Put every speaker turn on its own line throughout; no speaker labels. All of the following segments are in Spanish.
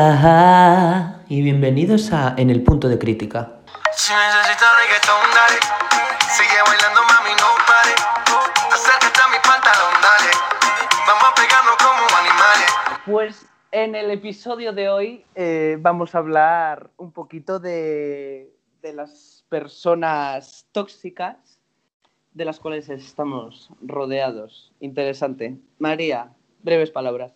Hola y bienvenidos a En el punto de crítica.
Si necesitas reggaetón, dale. Sigue bailando, mami, no pare. Acércate a mi pantalón, dale. Vamos a pegarnos como animales.
Pues en el episodio de hoy eh, vamos a hablar un poquito de, de las personas tóxicas de las cuales estamos rodeados. Interesante. María, breves palabras.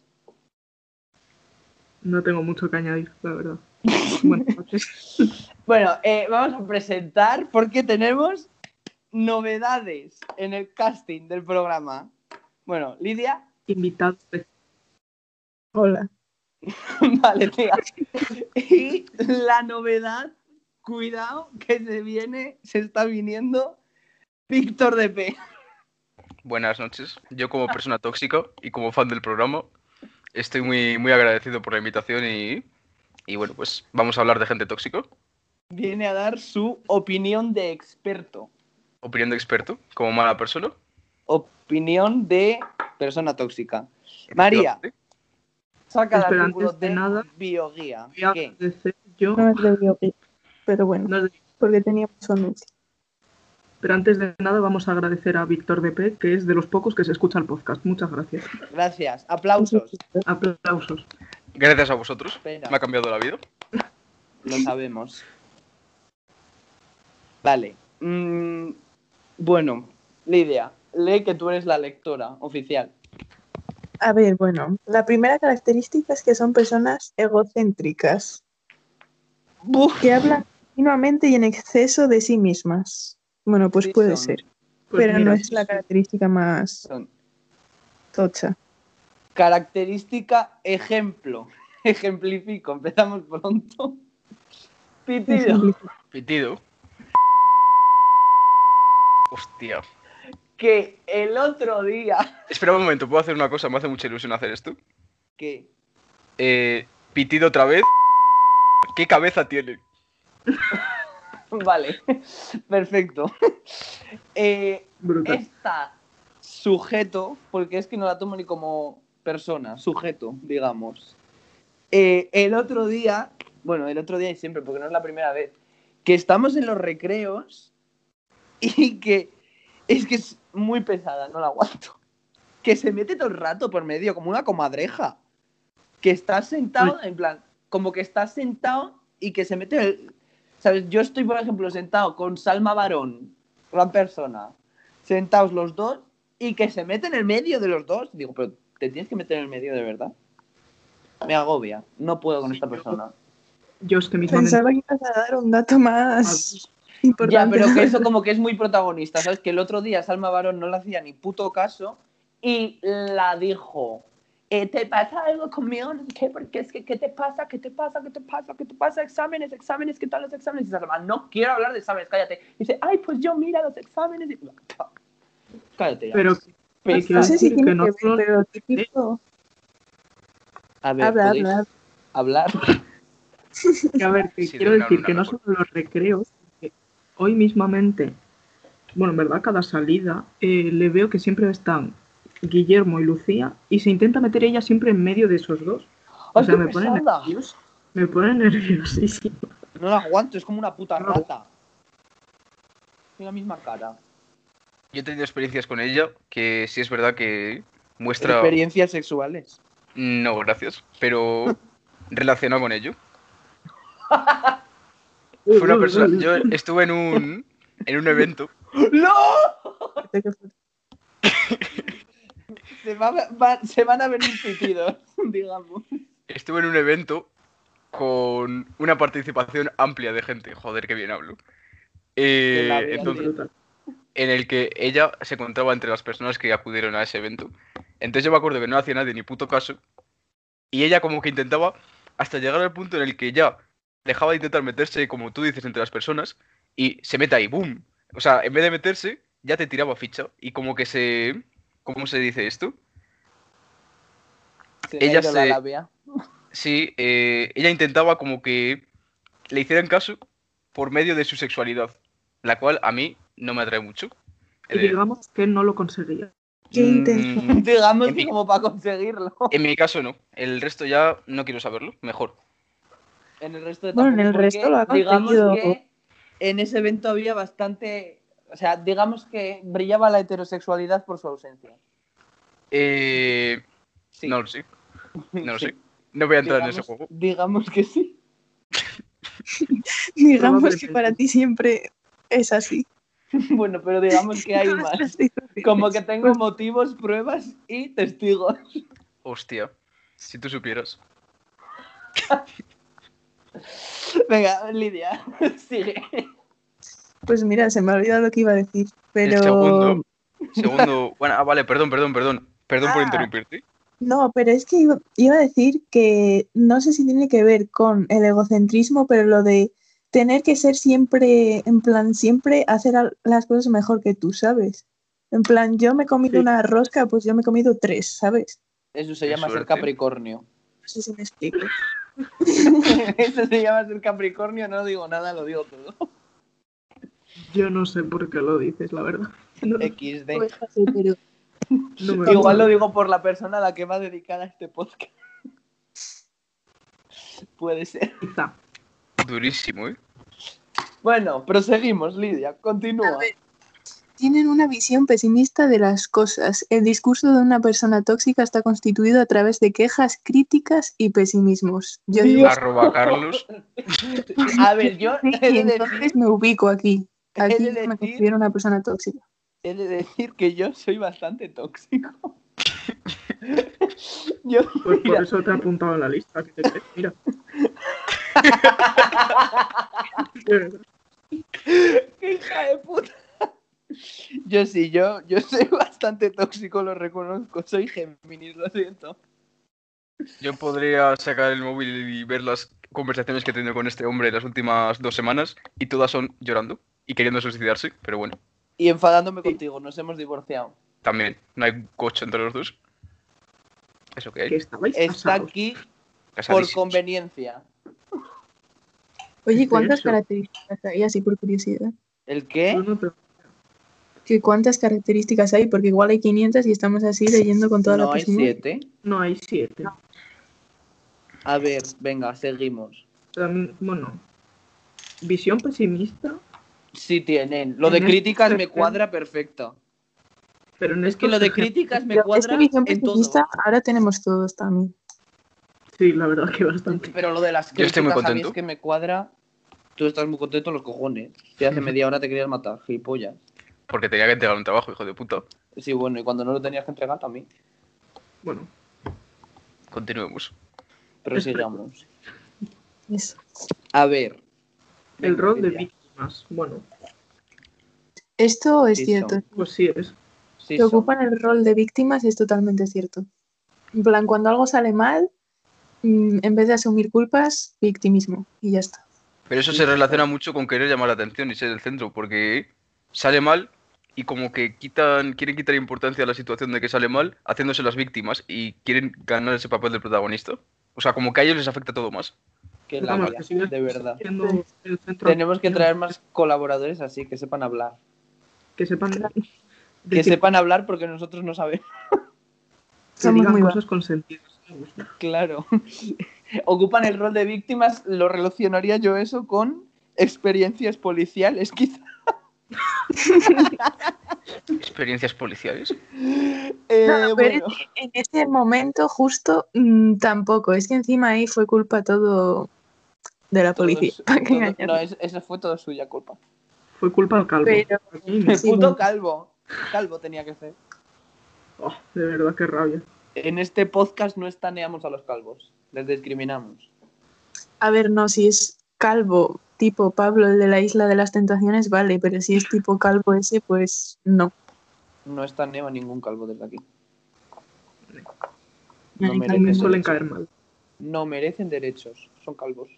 No tengo mucho que añadir, la verdad. Buenas noches.
Bueno, eh, vamos a presentar porque tenemos novedades en el casting del programa. Bueno, Lidia,
Invitado. espe-
Hola.
vale, tía. Y la novedad, cuidado, que se viene, se está viniendo Víctor de P.
Buenas noches. Yo como persona tóxica y como fan del programa, estoy muy, muy agradecido por la invitación y, y bueno, pues vamos a hablar de gente tóxica.
Viene a dar su opinión de experto,
Opinión de experto, como mala persona.
opinión de persona tóxica. María,
Efectivamente.
saca el
Espera,
artículo
antes de
de
nada,
bioguía.
Voy a
¿Qué?
agradecer yo.
No es de biopic, pero bueno,
no es de-
porque teníamos un anuncio.
Pero antes de nada vamos a agradecer a Víctor DP, que es de los pocos que se escucha el podcast. Muchas gracias.
Gracias, aplausos.
Aplausos.
Gracias a vosotros.
Espera.
Me ha cambiado la vida.
Lo sabemos. Vale. Mm, bueno, Lidia, lee que tú eres la lectora oficial.
A ver, bueno, la primera característica es que son personas egocéntricas,
Buf,
que hablan continuamente y en exceso de sí mismas. Bueno, pues
Sí,
puede
son.
ser,
Pues
pero
mira,
no es la característica más
son.
tocha.
Característica, ejemplo. Ejemplifico, empezamos pronto. Pitido,
Pitido. Hostia.
que el otro día...
Espera un momento, ¿puedo hacer una cosa? Me hace mucha ilusión hacer esto.
que
Eh, pitido otra vez. ¿Qué cabeza tiene?
Vale, perfecto. Eh,
Brutal.
esta sujeto, porque es que no la tomo ni como persona, sujeto, digamos. Eh, el otro día, bueno, el otro día y siempre, porque no es la primera vez, que estamos en los recreos y que es que es muy pesada, no la aguanto. Que se mete todo el rato por medio, como una comadreja. Que está sentado, en plan, como que está sentado y que se mete el- ¿Sabes? Yo estoy, por ejemplo, sentado con Salma Barón, gran persona, sentados los dos y que se mete en el medio de los dos. Digo, pero te tienes que meter en el medio de verdad. Me agobia, no puedo con esta
yo-
persona.
Yo es que mismamente.
Pensaba que ibas a dar un dato más importante.
Ah, Ya, pero que eso como que es muy protagonista, ¿sabes? Que el otro día Salma Barón no le hacía ni puto caso y la dijo, eh, ¿te pasa algo conmigo? No sé ¿Qué? Porque es que, ¿qué te pasa? ¿Qué te pasa? ¿Qué te pasa? ¿Qué te pasa? Exámenes, exámenes, ¿qué tal los exámenes? Y Salma, no quiero hablar de exámenes, cállate. Y dice, ay, pues yo mira los exámenes. y- Cállate ya.
Pero
Pesa.
que-
No sé si
que
tiene
no
que
son-
ver, pero típico,
A ver,
habla,
¿podéis
habla.
hablar.
que, a ver, que
Sí,
quiero
de una
decir
luna
que no
mejor.
solo los recreos, que hoy mismamente, bueno, en verdad, cada salida eh, le veo que siempre están Guillermo y Lucía y se intenta meter ella siempre en medio de esos dos. O
Ay,
sea,
qué
me pone
pesada.
nervioso. Me pone nerviosísimo.
No la aguanto, es como una puta
No.
rata. Tiene la misma cara.
Yo he tenido experiencias con ella que sí es verdad que muestra...
Experiencias sexuales.
No, gracias. Pero relacionado con ello. Fue una persona. Yo estuve en un. En un evento.
¡No! Se, va- va- se van a venir pitidos, digamos.
Estuve en un evento con una participación amplia de gente. Joder, qué bien hablo. Eh,
Qué labia,
entonces,
tío.
en el que ella se encontraba entre las personas que acudieron a ese evento. Entonces yo me acuerdo que no hacía nadie ni puto caso. Y ella como que intentaba hasta llegar al punto en el que ya dejaba de intentar meterse, como tú dices, entre las personas y se mete ahí, ¡boom! O sea, en vez de meterse, ya te tiraba ficha y como que se... ¿Cómo se dice esto?
Se le ha
ella
ido la
se-
labia.
Sí, eh, ella intentaba como que le hicieran caso por medio de su sexualidad, la cual a mí no me atrae mucho. he
Y
de
digamos que no lo conseguía.
Qué intenso.
Mm,
Digamos
En
que
fin.
como para conseguirlo.
en mi caso no. El resto ya no quiero saberlo. Mejor.
En el resto de
Bueno, en
tampoco,
el
porque
resto lo ha
Digamos
conseguido.
que en ese evento había bastante. O sea, digamos que brillaba la heterosexualidad por su ausencia.
Eh,
Sí.
No lo sé. No lo
Sí.
sé. No voy a entrar en
Digamos-
ese juego.
Digamos que sí.
Digamos que
Probablemente.
para ti siempre es así.
Bueno, pero digamos que hay
Todas las
más.
situaciones.
Como que tengo motivos, pruebas y testigos.
Hostia. Si tú supieras.
Venga, Lidia, sigue.
Pues mira, se me ha olvidado lo que iba a decir, pero...
El segundo. Segundo. Bueno, ah, vale, perdón, perdón, perdón. Perdón por
Ah.
interrumpirte.
No, pero es que iba, iba a decir que no sé si tiene que ver con el egocentrismo, pero lo de tener que ser siempre, en plan, siempre hacer al- las cosas mejor que tú, ¿sabes? En plan, yo me he comido
Sí.
una rosca, pues yo me he comido tres, ¿sabes?
Eso se
Qué
llama ser
suerte.
Capricornio.
No sé si me explico.
Eso se llama ser Capricornio, no digo nada, lo digo todo.
Yo no sé por qué lo dices, la verdad. No,
XD.
pero...
no me
Eh, Pues, Igual
gusta.
lo digo por la persona a la que va dedicada este podcast. Puede ser.
Quizá.
Durísimo, ¿eh?
Bueno, proseguimos, Lidia.
A
Continúa.
ver, tienen una visión pesimista de las cosas. El discurso de una persona tóxica está constituido a través de quejas, críticas y pesimismos. Yo digo
Arroba Carlos.
A ver, Pues yo
Sí,
he
y
de
entonces
decir,
me ubico aquí.
he de
Aquí
decir-
me considero una persona tóxica.
he de decir que yo soy bastante tóxico. Yo,
Pues por
mira,
eso te he apuntado en la lista. que te crees? Mira. De verdad.
¡Qué hija de puta! Yo sí, yo, yo soy bastante tóxico, lo reconozco. Soy Géminis, lo siento.
Yo podría sacar el móvil y ver las conversaciones que he tenido con este hombre las últimas dos semanas y todas son llorando y queriendo suicidarse, pero bueno,
Y enfadándome contigo, nos hemos divorciado.
también no hay coche entre los dos. Eso que
que
hay.
estabais
Está
casados.
aquí por
casadísimos.
conveniencia.
Oye,
Qué
¿cuántas
curioso.
características hay? Así por curiosidad.
¿El
Yo
qué?
no te-
¿Que ¿Cuántas características hay? Porque igual hay 500 y estamos así leyendo con toda
No
la
hay
pasión.
siete.
No hay siete.
A ver, venga, seguimos.
También, bueno, visión pesimista,
Sí tienen. Lo de
En este
críticas me
sector-
cuadra perfecto.
pero en
Es que lo de críticas me cuadra
esta visión
en todo.
pesimista ahora tenemos todos también.
Sí, la verdad que bastante.
Pero lo de las
Yo
críticas
estoy muy
a mí
contento.
es que me cuadra. Tú estás muy contento los cojones. Si hace media hora te querías matar, gilipollas.
Porque tenía que entregar un trabajo, hijo de puta.
Sí, bueno, y cuando no lo tenías que entregar también.
Bueno,
Continuemos.
Pero sigamos.
Eso.
A ver.
el
Venga,
rol de
Lidia.
víctimas. Bueno,
Esto es
Sí,
cierto.
son.
pues sí es.
Sí,
que
son.
ocupan el rol de víctimas es totalmente cierto. En plan, cuando algo sale mal, mm, en vez de asumir culpas, victimismo. Y ya está.
Pero eso se relaciona mucho con querer llamar la atención y ser el centro, porque sale mal y como que quitan, quieren quitar importancia a la situación de que sale mal, haciéndose las víctimas y quieren ganar ese papel del protagonista. O sea, como que a ellos les afecta todo más.
Qué
Vamos,
labia,
que sigue
de verdad.
siendo el centro-
Este, Tenemos que traer más colaboradores así, que sepan hablar.
Que sepan. de- de
Que sepan hablar porque nosotros no sabemos.
que
Somos
digan
muy
cosas Pues, con sentido. Me gusta.
Claro. Ocupan el rol de víctimas, lo relacionaría yo eso con experiencias policiales, quizá.
Experiencias policiales.
Eh,
No, no, pero
bueno,
es que en ese momento justo mm, tampoco. Es que encima ahí fue culpa todo de la policía.
todos-
¿Para qué
todo- no,
engañarnos?
es- eso fue todo suya culpa.
Fue culpa del calvo.
Pero-
Aquí me-
Sí,
Puto
bueno.
calvo. Calvo tenía que ser.
Oh, de verdad, qué rabia.
En este podcast no estaneamos a los calvos, les discriminamos.
A ver, no, si es calvo, tipo Pablo, el de la Isla de las Tentaciones, vale, pero si es tipo calvo ese, pues no.
No estaneo a ningún calvo desde aquí.
No
No
A
hay
mí me
merecen,
suelen
derechos.
caer mal.
no merecen derechos, son calvos.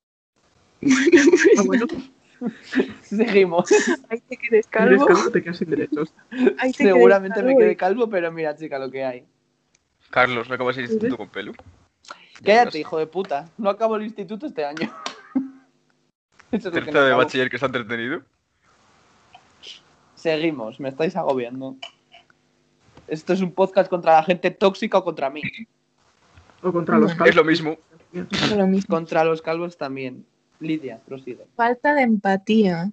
Ah, bueno,
Seguimos.
Ahí te quedes
si eres
calvo.
calvo te quedas sin derechos.
ahí te quedes
Seguramente me
calvo
quede
y-
calvo, pero mira, chica, lo que hay.
Carlos, no acabas el instituto con pelo.
Cállate, hijo de puta. No acabo el instituto este año. Eso es lo que no
Tercero de
acabo.
bachiller que está entretenido.
Seguimos, me estáis agobiando. Esto es un podcast contra la gente tóxica o contra mí.
O contra los
Es lo mismo.
Es lo mismo.
Contra los calvos también. Lidia, prosigue.
Falta de empatía.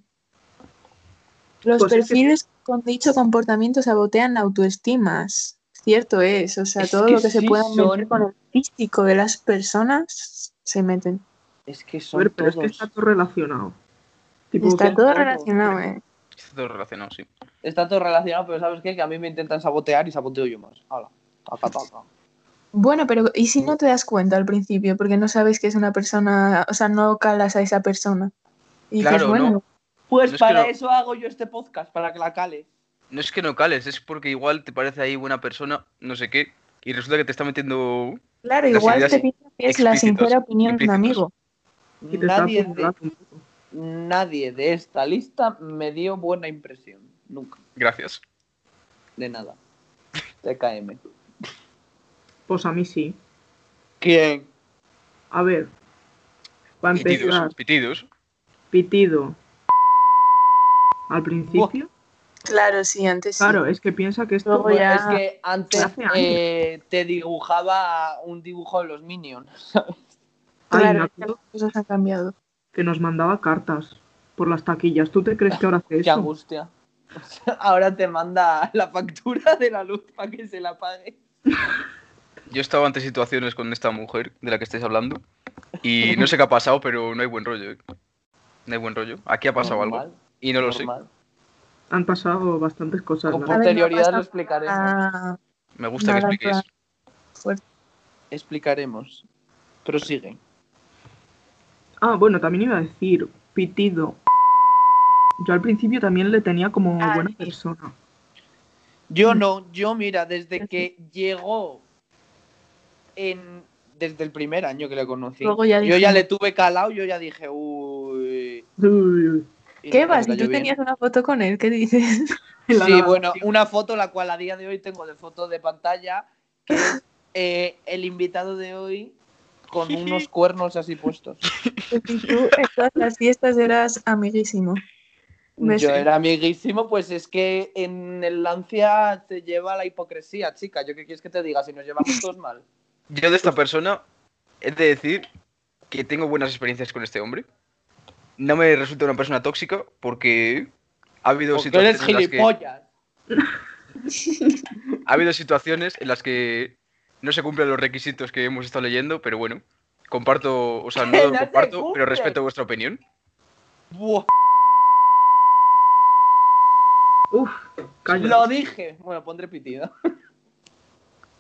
Los
Pues es que-
perfiles con dicho comportamiento sabotean autoestimas. Cierto es, o sea,
Es
todo
que
lo que se
sí
pueda
son-
meter con el físico de las personas se meten.
Es que son
Joder, pero es
todos.
que está todo relacionado. Tipo,
Está
que-
todo
todo.
relacionado, ¿eh?
Está todo relacionado, sí.
Está todo relacionado, pero ¿sabes qué? Que a mí me intentan sabotear y saboteo yo más. Hala. Taca, taca.
Bueno, pero ¿y si no te das cuenta al principio? Porque no sabes que es una persona, o sea, no calas a esa persona. Y dices,
Claro,
bueno,
no.
Pues
No es que
para
no-
eso hago yo este podcast, para que la cale.
No es que no cales, es porque igual te parece ahí buena persona, no sé qué, y resulta que te está metiendo.
claro,
Las
igual
ideas
te piensas que es la
explícitas,
sincera opinión de un
implícitas.
amigo.
y te está
Nadie de,
apuntando un poco.
nadie de esta lista me dio buena impresión. Nunca.
Gracias.
De nada. TKM.
Pues a mí sí.
¿Quién?
A ver. Para empezar,
Pitidos, pitidos.
pitido. Al principio.
Claro, sí, antes sí.
Claro, es que piensa que esto.
Luego
Bueno,
ya-
Pues es que antes
Pues Hace años.
eh, te dibujaba un dibujo de los Minions.
Ay,
Claro,
me
ya
acuerdo
las cosas han cambiado.
que nos mandaba cartas por las taquillas. ¿Tú te crees que ahora hace
Qué
eso?
angustia. Ahora te manda la factura de la luz para que se la pague.
Yo he estado ante situaciones con esta mujer de la que estáis hablando, y no sé qué ha pasado, pero no hay buen rollo. ¿eh? No hay buen rollo. Aquí ha pasado algo,
Normal,
y no lo
normal.
Han pasado bastantes cosas.
Con
la verdad.
A
posterioridad
ver, no
lo explicaremos.
Ah,
sé. Me gusta
Nada,
que expliquéis.
Explicaremos. Prosigue.
Ah, bueno, también iba a decir, pitido. Yo al principio también le tenía como
Ah,
buena
sí.
persona.
Mm.
Yo no, yo mira, desde que llegó en desde el primer año que le conocí.
Luego ya
yo
dije-
ya le tuve calado, yo ya dije, uy.
Uy,
y
¿Qué
no me
vas? Si
cayó
tú
bien.
tenías una foto con él, ¿qué dices?
la
Sí,
nada.
bueno, una foto la cual a día de hoy tengo de foto de pantalla, que es eh, el invitado de hoy con unos cuernos así puestos.
Porque Pues tú en todas las fiestas eras amiguísimo. Me
Yo
sé.
era amiguísimo, pues es que en el Lancia te lleva la hipocresía, chica. ¿Yo qué quieres que te diga? Si nos llevamos todos mal.
Yo de esta persona he de decir que tengo buenas experiencias con este hombre. No me resulta una persona tóxica porque ha habido
Porque eres
situaciones en las que
gilipollas.
ha habido situaciones en las que no se cumplen los requisitos que hemos estado leyendo, pero bueno, comparto, o sea,
¡Que
no
no
lo
se
comparto, pero
cumplen!
respeto vuestra opinión.
Buah,
Uf, calla.
lo dije. Bueno, pondré pitido.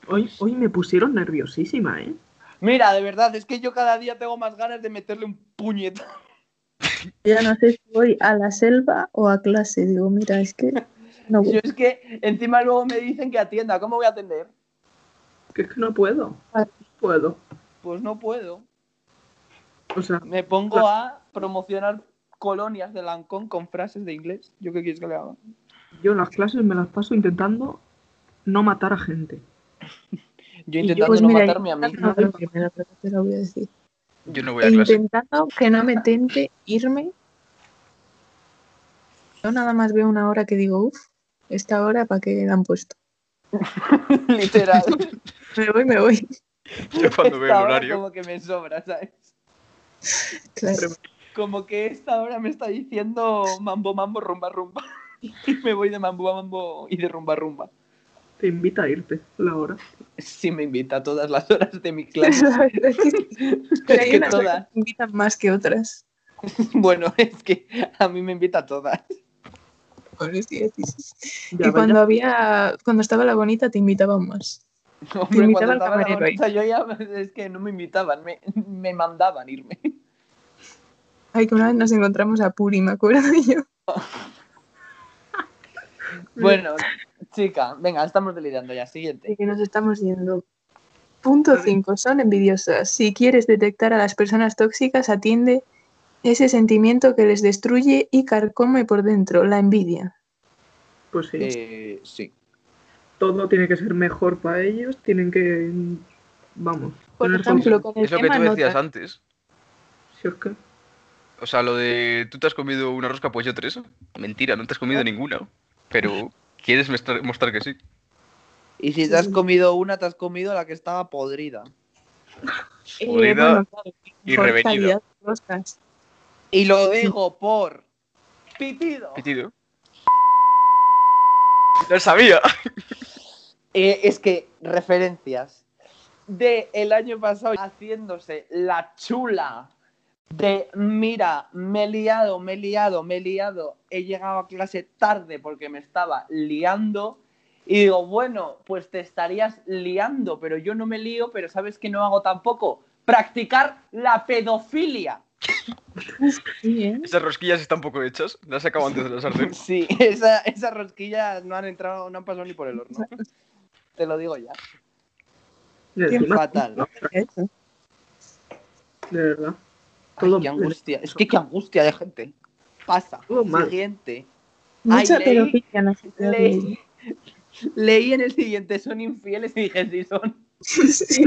Hoy, hoy me pusieron nerviosísima, ¿eh?
Mira, de verdad, es que yo cada día tengo más ganas de meterle un puñetazo.
Ya no sé si voy a la selva o a clase. Digo, mira, es que no
Yo
voy
es que encima luego me dicen que atienda. ¿Cómo voy a atender?
Que es que no puedo.
Ah.
No puedo.
Pues no puedo.
O sea,
Me pongo a promocionar colonias de Lancón con frases de inglés. ¿Yo qué quieres que le haga?
yo las clases me las paso intentando no matar a gente.
Yo
Y yo,
intentando
pues
no
mira,
matarme a mí.
No creo que me la pero te lo voy a decir.
Yo no voy
He
a clase.
intentado que no me tente irme. Yo nada más veo una hora que digo, uff, esta hora para qué la han puesto.
Literal.
Me voy, me voy.
Yo cuando veo el
Esta hora
horario,
Como que me sobra, ¿sabes?
Claro.
Como que esta hora me está diciendo mambo, mambo, rumba, rumba. Y me voy de mambo a mambo y de rumba, rumba.
Te invita a irte la hora.
Sí me invita a todas las horas de mi clase.
La verdad es que sí.
Es
Pero hay
que
unas
todas.
que invitan más que otras.
Bueno, es que a mí me invita a todas.
Pobre tía, sí, sí, sí.
pues
Ya,
y
vaya.
cuando había, cuando estaba la bonita te invitaban más.
Hombre, cuando
invitaba el
estaba la
camarero ahí.
bonita, yo ya es que no me invitaban, me, me mandaban irme.
Ay, que una vez nos encontramos a Puri, me acuerdo yo.
Bueno, chica, venga, estamos delirando ya. Siguiente.
De que nos estamos yendo. Punto 5. Son envidiosas. Si quieres detectar a las personas tóxicas, atiende ese sentimiento que les destruye y carcome por dentro, la envidia.
Pues sí.
Eh, sí.
Todo tiene que ser mejor para ellos. Tienen que. Vamos.
Por
tener
ejemplo, con el
es lo que
tema
tú decías
notas.
antes.
Si es que.
O sea, lo de tú te has comido una rosca, pues yo tres. Mentira, no te has comido ninguna. Pero quieres mostrar, mostrar que sí.
Y si te has comido una, te has comido la que estaba podrida.
Eh,
Podrida
bueno, claro,
y
por
revenida.
calidad de roscas.
Y lo digo por pitido.
Pitido. Lo sabía.
Eh, es que referencias de el año pasado haciéndose la chula de mira, me he liado, me he liado, me he liado, he llegado a clase tarde porque me estaba liando y digo, bueno, pues te estarías liando, pero yo no me lío, pero sabes que no hago tampoco practicar la pedofilia.
Sí, ¿eh?
Esas rosquillas están poco hechas. Las acabo antes de la sartén.
Sí, esa- esas rosquillas no han entrado, no han pasado ni por el horno. Te lo digo ya.
Y encima-
fatal.
Eso.
De verdad.
Ay,
Todo
qué
mal.
angustia. Es que qué angustia de gente. Pasa.
Todo mal.
Siguiente.
Mucha
leí-
pedofilia no se puede
leí-
leer.
Leí en el siguiente, son infieles y dije, sí son.
Sí.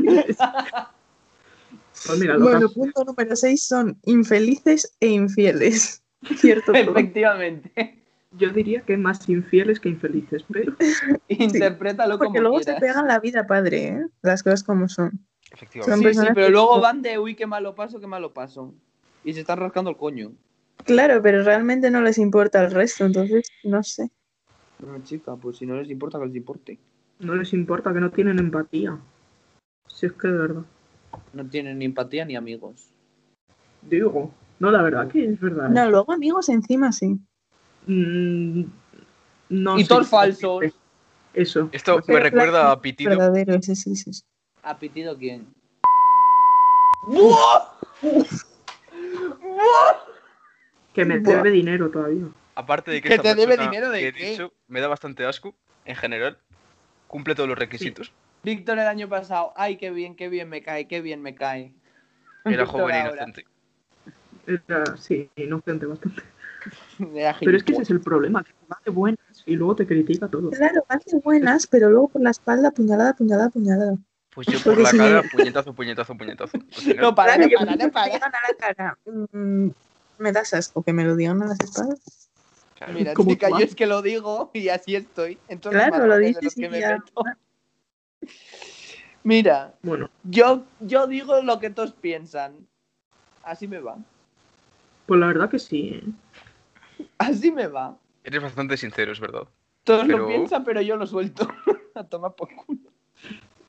Pues mira, lo
Bueno,
que-
punto número 6 son infelices e infieles. Cierto. todo.
Efectivamente.
yo diría que más infieles que infelices, pero
Interprétalo
Porque
como
luego
quieras.
se pegan la vida padre, ¿eh? Las cosas como son.
Efectivamente.
Son
Sí, sí,
personas
pero
que-
luego van de, uy, qué malo paso, qué malo paso. Y se están rascando el coño.
Claro, pero realmente no les importa el resto, entonces no sé.
Bueno, chica, pues si no les importa, que les importe.
no les importa que no tienen empatía. Si es que de verdad.
No tienen ni empatía ni amigos.
Digo, no, la verdad que es
Ah.
verdad. ¿eh?
No, luego amigos encima sí.
Mm, no
Y
sé
todos
si-
falsos.
Eso.
Esto me
Pero
recuerda a
claro,
Pitido.
Verdadero, sí, sí, sí.
¿Ha pitido quién?
Que me
Buah.
debe dinero todavía.
Aparte de que,
¿Que
esta
te debe
persona
dinero de
que he
qué?
dicho me da bastante asco, en general. Cumple todos los requisitos.
Víctor el año pasado, ay, qué bien, qué bien me cae, qué bien me cae.
Era
Víctor
joven e
ahora.
inocente.
Era, sí, inocente bastante.
Era
Pero es que
gilipollas.
ese es el problema, que va de buenas y luego te critica todo.
Claro, hacen buenas, pero luego por la espalda, puñalada, puñalada, puñalada.
Pues yo por
Porque
la
si-
cara, puñetazo, puñetazo, puñetazo. Al final,
No, para,
Claro,
no,
que
para, no,
me
para.
llegan a la cara. Mm, me das asco que me lo digan a las espaldas.
claro.
Mira,
Como
chica,
tú
yo es que lo digo y así estoy. Entonces,
Claro,
más
lo
veces en
dices
los
y
que me
ya.
meto. Mira,
Bueno,
yo, yo digo lo que todos piensan. Así me va.
pues la verdad que sí. ¿eh?
Así me va.
Eres bastante sincero, es verdad.
Todos
Pero-
lo piensan, pero yo lo suelto. A tomar por culo.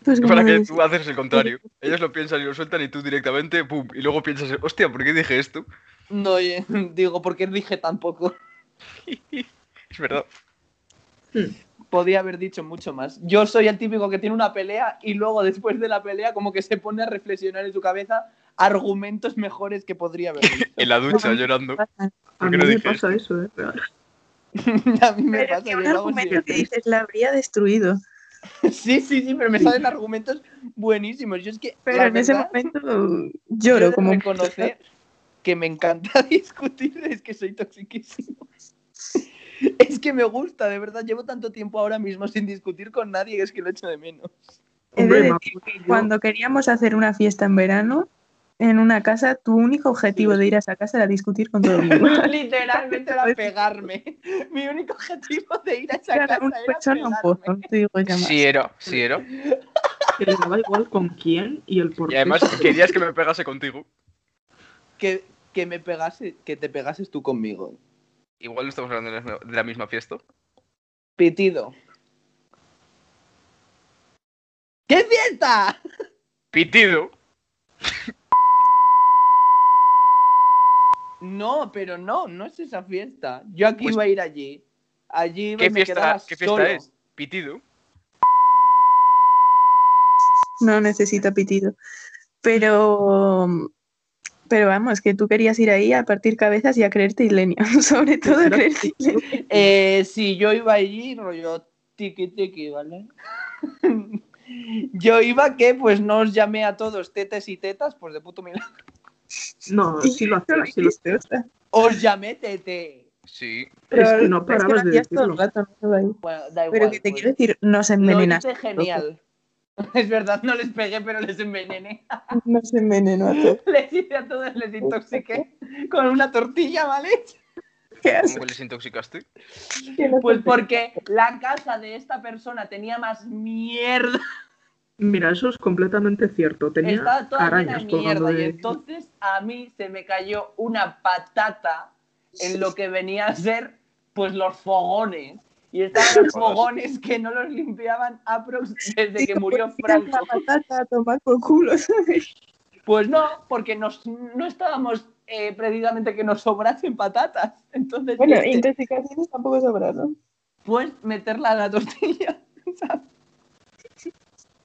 Pues
Es para
como
que
decir,
tú haces el contrario. Ellos lo piensan y lo sueltan y tú directamente, pum. Y luego piensas, hostia, ¿por qué dije esto?
No, oye, digo, porque dije tampoco.
Es verdad.
Podía haber dicho mucho más. Yo soy el típico que tiene una pelea y luego, después de la pelea, como que se pone a reflexionar en su cabeza argumentos mejores que podría haber. dicho.
En la ducha, llorando.
"Pasa".
A
¿Por
mí
qué no
me
dije
pasa eso, ¿eh? Real.
a mí me
Pero
pasa.
que
yo
un
lo hago
argumento
siempre.
que dices la habría destruido.
Sí, sí, sí, pero me salen argumentos buenísimos. Yo es que.
Pero
la
en ese
verdad,
momento
yo he
lloro
de
como.
reconocer que me encanta discutir, es que soy toxiquísimo. Es que me gusta, de verdad. Llevo tanto tiempo ahora mismo sin discutir con nadie que es que lo echo de menos.
He de
Hombre,
decir
me acuerdo yo-
Cuando queríamos hacer una fiesta en verano, en una casa, tu único objetivo de ir a esa casa era discutir con todo el mundo.
Literalmente era pegarme. Mi único objetivo de ir a esa
Era
casa
una
era
persona, un
pegarme.
pozo, no te digo ya más.
Sí era, sí era.
que le daba igual con quién y el por
Y
qué.
además querías que me pegase contigo.
Que, que me pegase, que te pegases tú conmigo.
Igual no estamos hablando de la- de la misma fiesta.
Pitido. ¡Qué fiesta!
Pitido.
No, pero no, no es esa fiesta. Yo aquí
Pues-
iba a ir allí. Allí iba
¿Qué
y me
fiesta-
quedaba
qué fiesta
solo.
es? Pitido.
No necesito pitido. Pero. Pero vamos, que tú querías ir ahí a partir cabezas y a creerte Ilenia. Sobre todo a creerte Ilenia.
Eh, sí, yo iba allí, rollo tiki tiki, ¿vale? yo iba que pues no os llamé a todos tetes y tetas, pues de puto milagro.
No, sí lo hacía, sí lo hacía.
o sea,
Os llamé tete.
Sí.
pero
Es que no
pero es
parabas
lo
de
hacías todo el
decirlo.
rato, no solo ahí.
Bueno, da igual.
Pero que te
pues,
quiero decir, nos
Lo
envenenaste.
hice genial. Es verdad, no les pegué, pero les envenené.
Nos envenenó a todos.
Les hice a todos, les intoxiqué con una tortilla, ¿vale?
¿Qué haces?
¿Cómo que les intoxicaste?
Que no
Pues
te-
porque la casa de esta persona tenía más mierda.
Mira, eso es completamente cierto. Tenía
Estaba toda llena
arañas
de
colgando
mierda. Y
de...
entonces a mí se me cayó una patata en lo que venía a ser pues los fogones. Y estaban los fogones que no los limpiaban aprox desde que
Digo,
murió
pues, tiras
Franco.
La patata a tomar por culo, ¿sabes?
Pues no, porque nos, no estábamos eh, precisamente que nos sobrasen patatas. Entonces, este,
Bueno,
dije,
intoxicaciones tampoco sobraron.
pues meterla a la tortilla.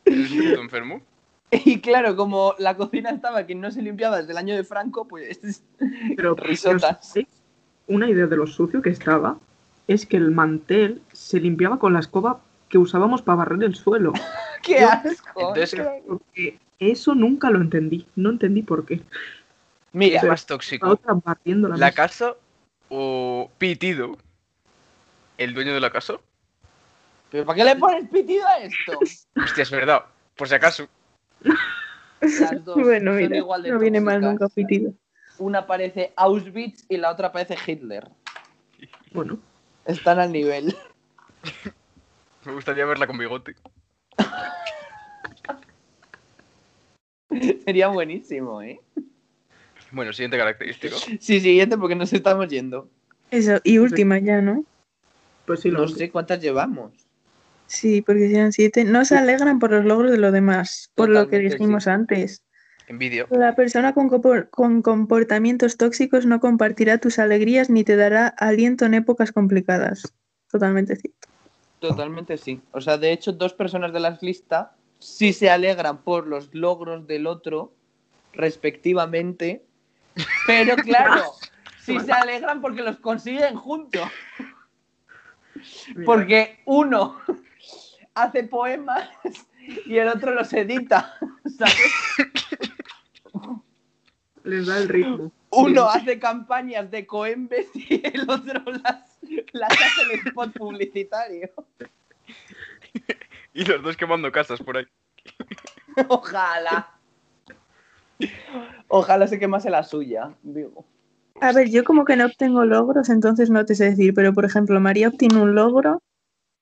¿Eres un puto enfermo?
Y claro, como la cocina estaba que no se limpiaba desde el año de Franco, pues es-
Pero
Risotas.
pero, ¿sí? una idea de lo sucio que estaba es que el mantel se limpiaba con la escoba que usábamos para barrer el suelo.
¡Qué
Yo-
asco!
entonces-
Porque eso nunca lo entendí. No entendí por qué.
Mira,
Es más
La
tóxico.
otra barriendo la,
¿La
mesa.
casa o Pitido? ¿El dueño de la casa?
¿pero para qué le pones pitido a esto?
Hostia, es verdad. Por si acaso.
Las dos
Bueno,
son
mira,
igual de
no viene mal
tóxicas.
nunca pitido.
Una parece Auschwitz y la otra parece Hitler.
Bueno,
Están al nivel.
Me gustaría verla con bigote.
Sería buenísimo, ¿eh?
Bueno, siguiente característica.
Sí, siguiente, porque nos estamos yendo.
Eso, y última ya, ¿no?
pues sí, lo
No sé cuántas llevamos.
Sí, porque si eran siete. No se alegran por los logros de los demás, por lo que
Totalmente,
dijimos
sí.
antes.
Envidia.
La persona con, compor- con comportamientos tóxicos no compartirá tus alegrías ni te dará aliento en épocas complicadas. Totalmente cierto.
Totalmente sí. O sea, de hecho, dos personas de la lista sí se alegran por los logros del otro, respectivamente. Pero claro, sí se alegran porque los consiguen juntos.
mira,
Porque uno hace poemas y el otro los edita. ¿sabes?
les da el ritmo.
Uno hace campañas de coembes y el otro las, las hace en el spot publicitario.
Y los dos quemando casas por ahí.
Ojalá. Ojalá se quemase la suya, digo.
A ver, yo como que no obtengo logros, entonces no te sé decir, pero por ejemplo, María obtiene un logro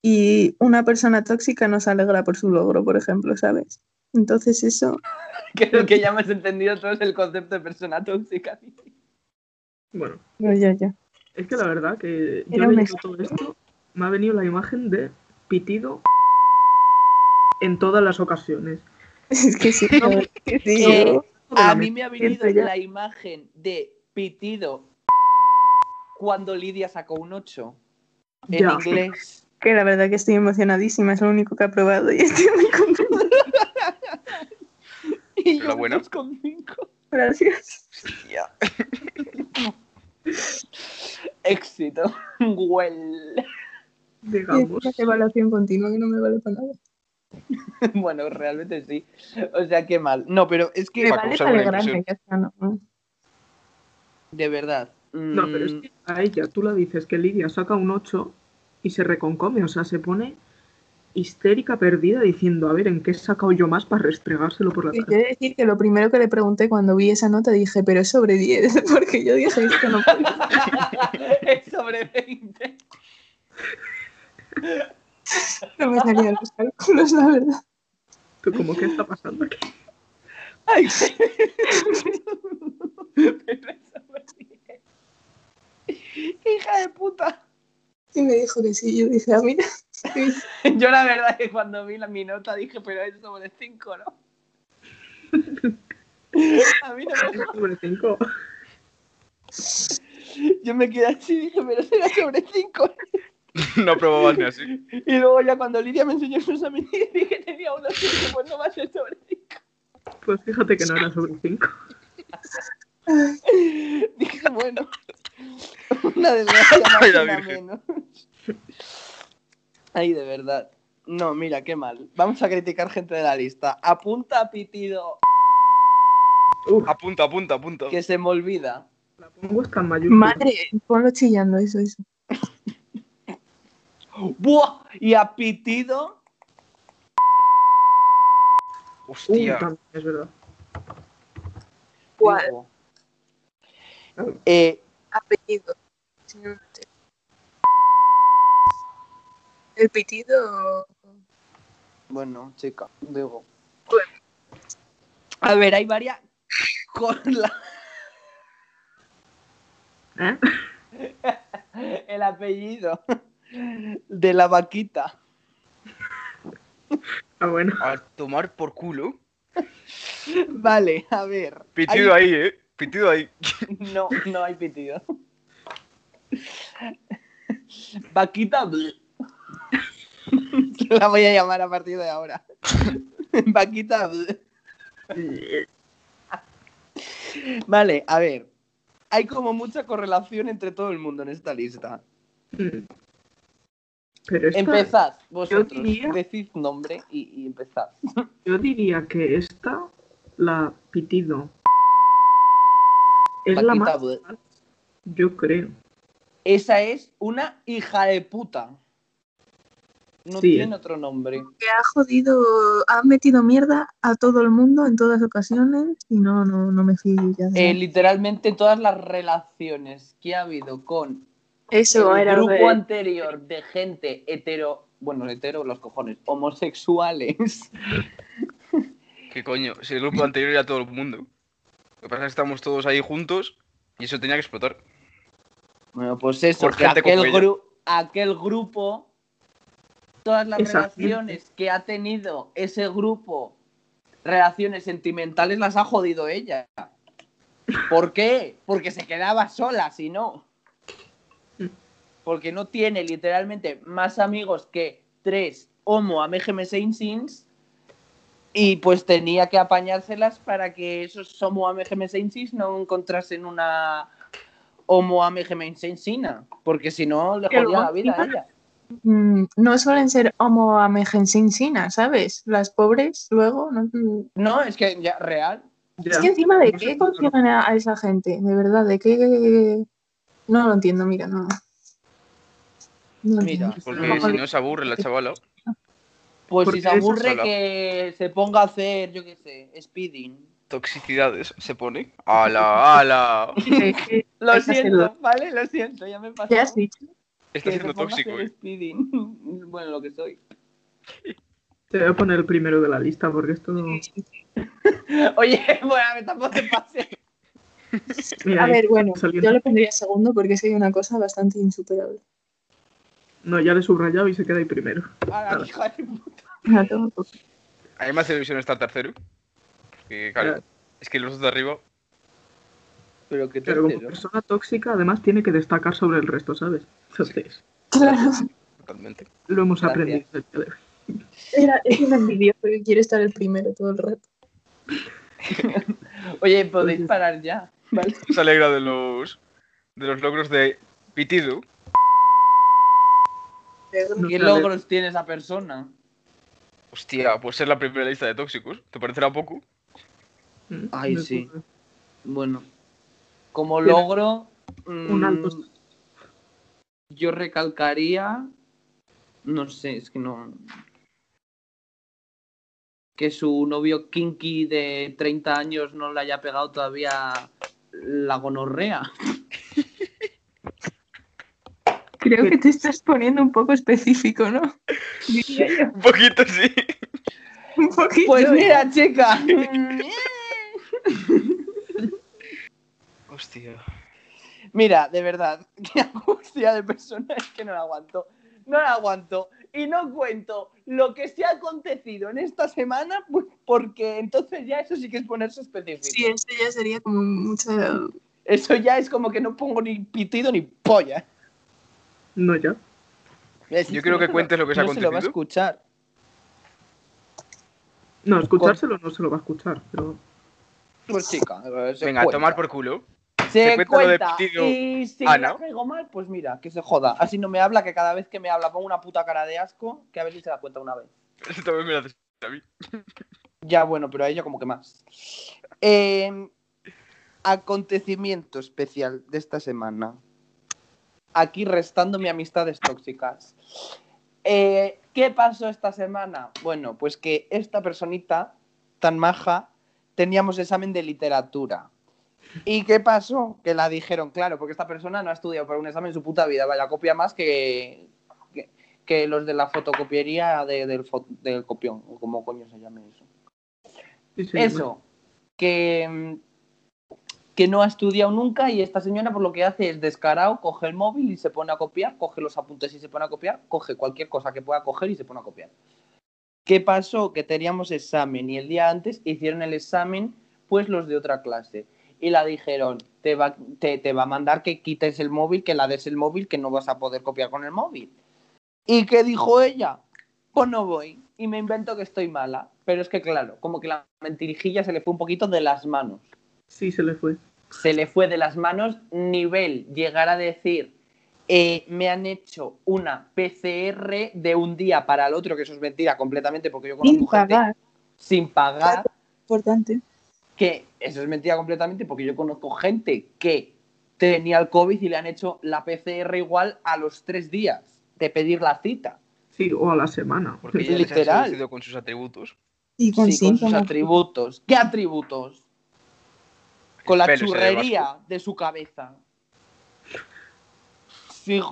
y una persona tóxica no se alegra por su logro, por ejemplo, ¿sabes? Entonces eso,
Creo que ya me has entendido todo el concepto de persona tóxica.
Bueno,
pues ya, ya.
es que la verdad que yo
Era un
leyendo
mes.
todo esto me ha venido la imagen de pitido en todas las ocasiones.
Es que sí, la verdad que sí,
Sí.
yo-
A mí me ha venido
Siempre ya.
la imagen de pitido cuando Lidia sacó un 8 en
Ya.
inglés.
que la verdad que estoy emocionadísima, es lo único que ha probado y estoy muy contenta.
Y
La buena.
dos con cinco.
Gracias.
Éxito. Well.
digamos.
Es una evaluación continua que no me vale para nada.
Bueno, realmente sí. O sea, qué mal. No, pero es que,
Me Para causar buena impresión.
ya está, no.
de verdad. mm,
No, pero es que a ella tú la dices que Lidia saca un 8 y se reconcome, o sea, se pone histérica perdida diciendo, a ver, ¿en qué he sacado yo más para restregárselo por la
Sí,
cara?
quiero decir que lo primero que le pregunté cuando vi esa nota dije, pero es sobre 10, porque yo dije esto no puede ser".
es sobre 20.
No me salían los cálculos, la verdad. ¿eh?
Tú como, ¿qué está pasando aquí?
Ay, pero es sobre 10. Hija de puta.
Y me dijo que sí, yo dije, ah, mira.
Yo la verdad que cuando vi la, mi nota dije, pero es sobre 5, ¿no? A mí no me
Sobre 5.
Yo me quedé así y dije, pero será sobre 5.
No probabas ni así.
Y luego ya cuando Lidia me enseñó su examen y dije que tenía uno así, dije, pues no va a ser sobre 5.
Pues fíjate que no era sobre 5.
"Ah".
Dije, bueno, una desgracia más
Ay,
y
la
una
Virgen.
menos. Ay, de verdad. No, mira, qué mal. Vamos a criticar gente de la lista. Apunta a pitido,
Apunta, apunta, apunta.
que se me olvida.
La pongo hasta en mayúscula.
Madre, ponlo chillando, eso, eso.
¡Buah! Y a pitido,
Uy,
Hostia.
también Uh, es verdad.
¿Cuál?
digo, eh,
Apellido.
Posiblemente. El pitido.
Bueno, chica, digo. A ver, hay varias con la-
¿Eh?
el apellido de la vaquita.
Ah, bueno.
A tomar por culo.
Vale, a ver.
Pitido ahí, eh. Pitido ahí.
No, no hay pitido. Vaquita. bleh. La voy a llamar a partir de ahora. Vaquita. bleh. Vale, a ver. Hay como mucha correlación entre todo el mundo en esta lista.
Mm. Pero esta,
Empezad vosotros.
diría-
Decid nombre y, y empezad.
yo diría que esta, la pitido, es la
Paquita,
más,
bleh.
yo creo.
Esa es una hija de puta. No
Sí,
tiene
eh.
otro nombre.
Que ha jodido, ha metido mierda a todo el mundo en todas ocasiones y no, no, no me fío ya. de
Eh,
nada.
literalmente todas las relaciones que ha habido con
Eso
el
era lo
grupo
de-
anterior de gente hetero, bueno, hetero, los cojones, homosexuales.
¿Qué coño? Si el grupo anterior era todo el mundo. Lo que pasa es que estamos todos ahí juntos y eso tenía que explotar.
Bueno, pues eso,
Por
que
gente
aquel,
como ella.
gru- aquel grupo, todas las
Esa gente.
relaciones que ha tenido ese grupo, relaciones sentimentales, las ha jodido ella. ¿Por qué? Porque se quedaba sola, si no. Porque no tiene literalmente más amigos que tres homo améjeme seinsins y pues tenía que apañárselas para que esos homo améjeme seinsins no encontrasen una homo améjeme insensina, porque si no le
Pero
jodía la vida a
encima-
ella.
Mm, no suelen ser homo amejensinsina, ¿sabes? Las pobres luego. No,
No, es que ya, real.
Es que encima de
No
qué
sé cómo,
confían a, a esa gente, de verdad, de qué. No lo entiendo, mira, no. No lo
Mira,
entiendo.
Porque si no se aburre la chavala.
Pues
Porque
si se
eso es
aburre
sola.
que se ponga a hacer, yo qué sé, speeding.
Toxicidades se pone. ¡Ala, ala!
Sí, sí,
Lo
Hay que
siento,
hacerlo.
¿vale? Lo siento, ya me pasó.
¿Qué has dicho?
Está
que se
siendo
ponga a
tóxico,
hacer
eh.
speeding. bueno, lo que soy.
Te voy a poner el primero de la lista porque esto...
Oye, bueno, tampoco te pases.
Mira,
A
ahí
ver, bueno,
salió-
yo lo pondría segundo porque es que hay una cosa bastante insuperable.
No, ya le he subrayado y se queda ahí primero.
A la hija Ah, de puta.
La tengo por-
A mí me hace ilusión estar tercero. Porque, claro,
Claro.
es que los dos de arriba.
Pero que te
Pero como persona tóxica, además tiene que destacar sobre el resto, ¿sabes? Entonces,
Claro,
Totalmente.
lo hemos
Gracias.
aprendido. del día de hoy.
era, es un envidioso que quiere estar el primero todo el rato.
Oye, podéis parar ya. ¿Vale?
Se Pues alegra de los, de los logros de Pitido.
No
¿Qué
sé, a ver.
logros tiene esa persona?
Hostia, pues ser la primera lista de tóxicos. ¿Te parecerá poco?
Mm,
Ay,
me
sí.
gusta.
Bueno, como
Tiene
logro,
un alto
mm, yo recalcaría, no sé, es que no, que su novio kinky de 30 años no le haya pegado todavía la gonorrea.
Creo que te estás poniendo un poco específico, ¿no?
Un poquito sí.
Un poquito. Mm.
Pues mira, chica.
Hostia.
Mira, de verdad, qué angustia de persona es que no la aguanto. No la aguanto. Y no cuento lo que se ha acontecido en esta semana, pues, porque entonces ya eso sí que es ponerse específico.
Sí, esto ya sería como mucho.
Eso ya es como que no pongo ni pitido ni polla.
No, ya.
Es-
Yo quiero que
no-
cuentes lo que se ha
no se lo va a
acontecido.
escuchar.
No, escuchárselo no se lo va a escuchar, pero
Pues chica, se
Venga, a
cuenta.
tomar por culo.
Se,
se cuenta lo de
cuenta.
pitido.
Y si
Ah,
la
¿no?
pego mal, pues mira, que se joda. Así no me habla, que cada vez que me habla pongo una puta cara de asco, que a ver si se da cuenta una vez.
Eso también me lo haces a mí.
Ya, bueno, pero a ella como que más. Eh, acontecimiento especial de esta semana. Aquí restando mi amistades tóxicas. Eh, ¿Qué pasó esta semana? Bueno, pues que esta personita tan maja teníamos examen de literatura. ¿Y qué pasó? Que la dijeron, claro, porque esta persona no ha estudiado para un examen en su puta vida, vaya, copia más que, que, que los de la fotocopiería de- del, fo- del copión, o como coño se llame eso.
Sí, sí,
Eso, que, mm, que no ha estudiado nunca y esta señora por lo que hace es descarado, coge el móvil y se pone a copiar, coge los apuntes y se pone a copiar, coge cualquier cosa que pueda coger y se pone a copiar. ¿Qué pasó? Que teníamos examen y el día antes hicieron el examen pues los de otra clase y la dijeron, te va, te, te va a mandar que quites el móvil, que la des el móvil, que no vas a poder copiar con el móvil. ¿Y qué dijo ella? Pues no voy y me invento que estoy mala. Pero es que claro, como que la mentirijilla se le fue un poquito de las manos.
Sí, se le fue.
Se le fue de las manos nivel llegar a decir, eh, me han hecho una PCR de un día para el otro, que eso es mentira completamente porque yo conozco
Sin
gente
pagar,
sin pagar
importante.
que eso es mentira completamente porque yo conozco gente que tenía el COVID y le han hecho la PCR igual a los tres días de pedir la cita.
Sí, o a la semana.
Porque
Sí,
ella les ha
Literal.
seducido con sus atributos.
Y con
Sí, con sus
síntomas.
atributos. ¿Qué atributos? Con la
Pelo, se le
churrería de su cabeza. Sí, jo,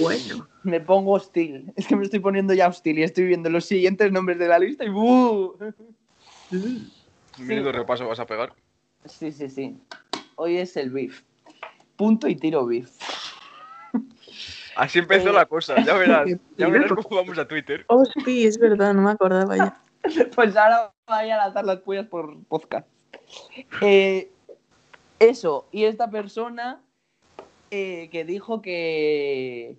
Bueno,
me pongo hostil. Es que me estoy poniendo ya hostil y estoy viendo los siguientes nombres de la lista y ¡buh!
Mm,
Menudo repaso vas a pegar.
Sí, sí, sí. Hoy es el beef. Punto y tiro beef.
Así empezó
Eh,
la cosa, ya verás. Ya
mira,
verás
pues-
cómo vamos a Twitter.
Hosti, Oh, es verdad, no me acordaba ya.
Pues ahora vaya a lanzar las puyas por podcast. Eh, eso, y esta persona eh, que dijo que,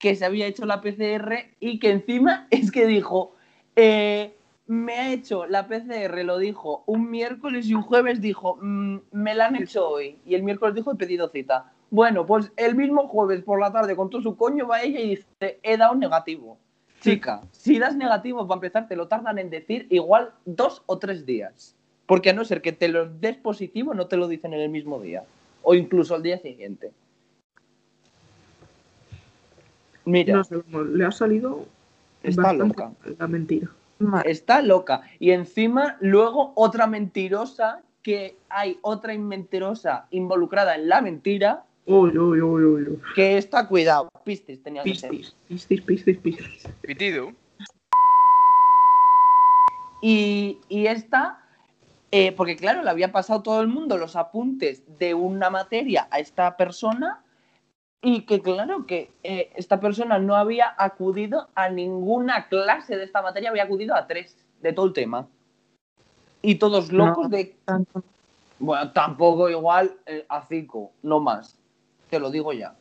que se había hecho la PCR y que encima es que dijo, eh, me ha hecho la PCR, lo dijo un miércoles y un jueves dijo, "Mm, me la han hecho hoy. Y el miércoles dijo, he pedido cita. Bueno, pues el mismo jueves por la tarde con todo su coño va ella y dice, he dado negativo. Chica, si das negativo, para empezar, te lo tardan en decir igual dos o tres días. Porque a no ser que te lo des positivo, no te lo dicen en el mismo día. O incluso al día siguiente. Mira,
no sé, vamos, le ha salido
Está
bastante
loca.
la mentira.
Mal.
está loca. Y encima, luego, otra mentirosa, que hay otra mentirosa involucrada en la mentira,
Uy, uy, uy, uy, uy.
que está, cuidado, pistis, tenía que ser.
Pistis, pistis, pistis, pistis.
Pitido.
Y, y esta, eh, porque claro, le había pasado todo el mundo los apuntes de una materia a esta persona y que claro, que eh, esta persona no había acudido a ninguna clase de esta materia, había acudido a tres de todo el tema. Y todos
No.
locos de,
Tanto.
bueno, tampoco igual eh, a cinco, no más, te lo digo ya.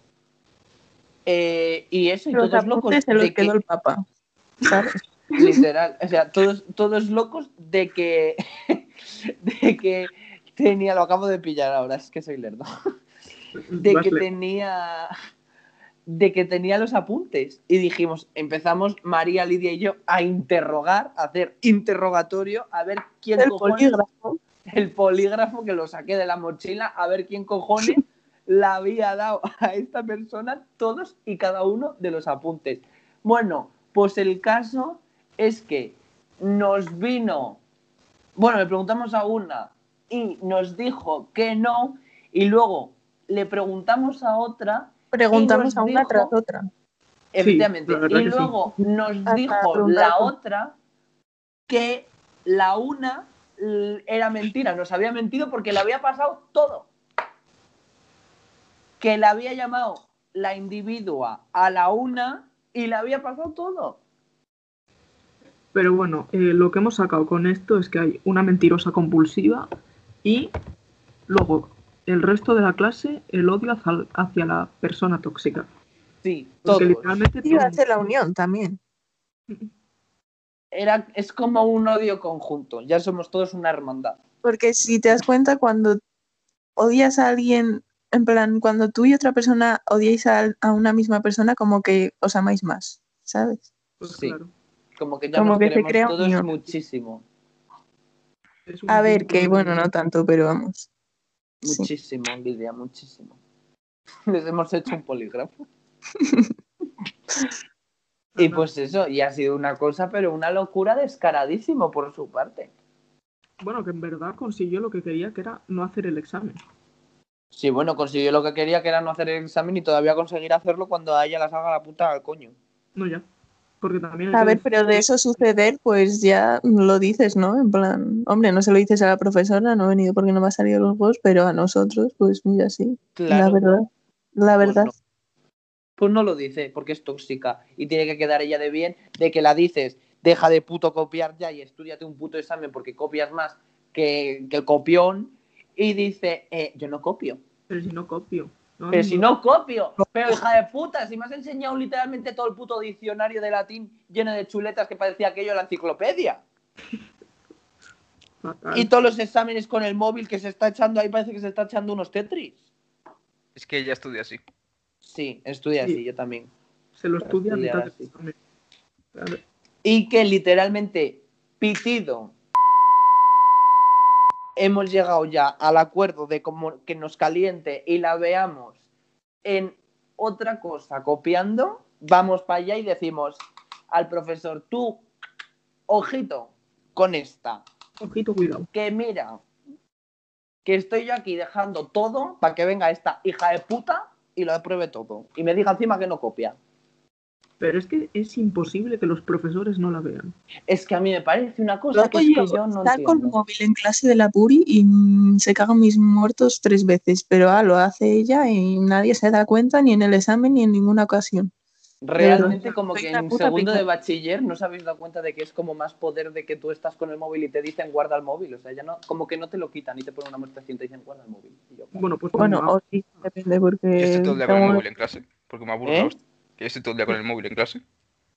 Eh, y eso, y
Los
todos locos
apuntes se los
de que-
quedó el papa, ¿sabes?
Literal, o sea, todos, todos locos de que, de que tenía, lo acabo de pillar ahora, es que soy lerdo, de
Vas
que
le-
tenía, de que tenía los apuntes y dijimos, empezamos María, Lidia y yo a interrogar, a hacer interrogatorio, a ver quién
El
cojones-
polígrafo.
el polígrafo que lo saqué de la mochila, a ver quién cojones la había dado a esta persona todos y cada uno de los apuntes. Bueno, pues el caso es que nos vino, bueno, le preguntamos a una y nos dijo que no, y luego le preguntamos a otra,
Preguntamos
Y nos
a una
dijo-
tras otra.
evidentemente,
la verdad
y
que sí.
luego nos
Hasta
dijo
preguntar
la
cómo.
otra que la una l- era mentira, nos había mentido porque le había pasado todo. Que la había llamado la individua a la una y le había pasado todo.
Pero bueno, eh, lo que hemos sacado con esto es que hay una mentirosa compulsiva y luego el resto de la clase el odio hacia, hacia la persona tóxica.
Sí,
Porque
todos.
literalmente todo
Iba
el
a ser la unión también.
Era, es como un odio conjunto, ya somos todos una hermandad.
Porque si te das cuenta, cuando odias a alguien, en plan, cuando tú y otra persona odiáis a, a una misma persona, como que os amáis más, ¿sabes?
Pues
Sí.
claro,
Como que ya
Como
nos
que se
queremos
crea
todos
unión.
muchísimo,
es un
A ver,
círculo
que bueno,
de-
no tanto, pero vamos. Sí.
muchísimo, Lidia, muchísimo. Les hemos hecho un polígrafo. Y pues eso, y ha sido una cosa, pero una locura descaradísimo por su parte.
Bueno, que en verdad consiguió lo que quería, que era no hacer el examen.
Sí, bueno, consiguió lo que quería, que era no hacer el examen y todavía conseguir hacerlo cuando a ella la salga la puta al coño.
No ya. Porque también... hay
A
que
ver,
decir-
pero de eso suceder, pues ya lo dices, ¿no? En plan, hombre, no se lo dices a la profesora, no he venido porque no me ha salido los juegos, pero a nosotros, pues mira, sí. La verdad. La
Pues
verdad.
no. Pues no lo dice, porque es tóxica y tiene que quedar ella de bien de que la dices, deja de puto copiar ya y estudiate un puto examen porque copias más que, que el copión. Y dice, eh, yo no copio.
Pero si no copio. No,
Pero si no copio, pero hija de puta, si me has enseñado literalmente todo el puto diccionario de latín lleno de chuletas que parecía aquello la enciclopedia.
fatal.
Y todos los exámenes con el móvil que se está echando ahí, parece que se está echando unos Tetris.
Es que ella estudia así.
Sí, estudia
Sí.
así, yo también.
Se lo estudia a
estudiar
mitad del
así.
examen. A ver,
y que literalmente pitido hemos llegado ya al acuerdo de como que nos caliente y la veamos en otra cosa copiando, vamos para allá y decimos al profesor, tú, ojito con esta,
Ojito, cuidado.
que mira, que estoy yo aquí dejando todo para que venga esta hija de puta y lo apruebe todo. Y me diga encima que no copia.
Pero es que es imposible que los profesores no la vean.
Es que a mí me parece una cosa que,
Loco,
es que
yo
yo no
Estar con
entiendo.
móvil en clase de la Puri y mm, se cagan mis muertos tres veces, pero ah, lo hace ella y nadie se da cuenta ni en el examen ni en ninguna ocasión.
Realmente
Pero,
como
soy
que
una
en
puta
segundo
pica.
de bachiller no os habéis dado cuenta de que es como más poder de que tú estás con el móvil y te dicen guarda el móvil. O sea, ya no, como que no te lo quitan y te ponen una muestración y te dicen guarda el móvil. Y yo,
Bueno, pues
Bueno,
cuando-
o sí, depende
Yo
porque...
estoy todo el día con el
tengo-
móvil en clase, porque me aburro.
¿Eh?
la hostia. Que yo estoy todo el día con el móvil en clase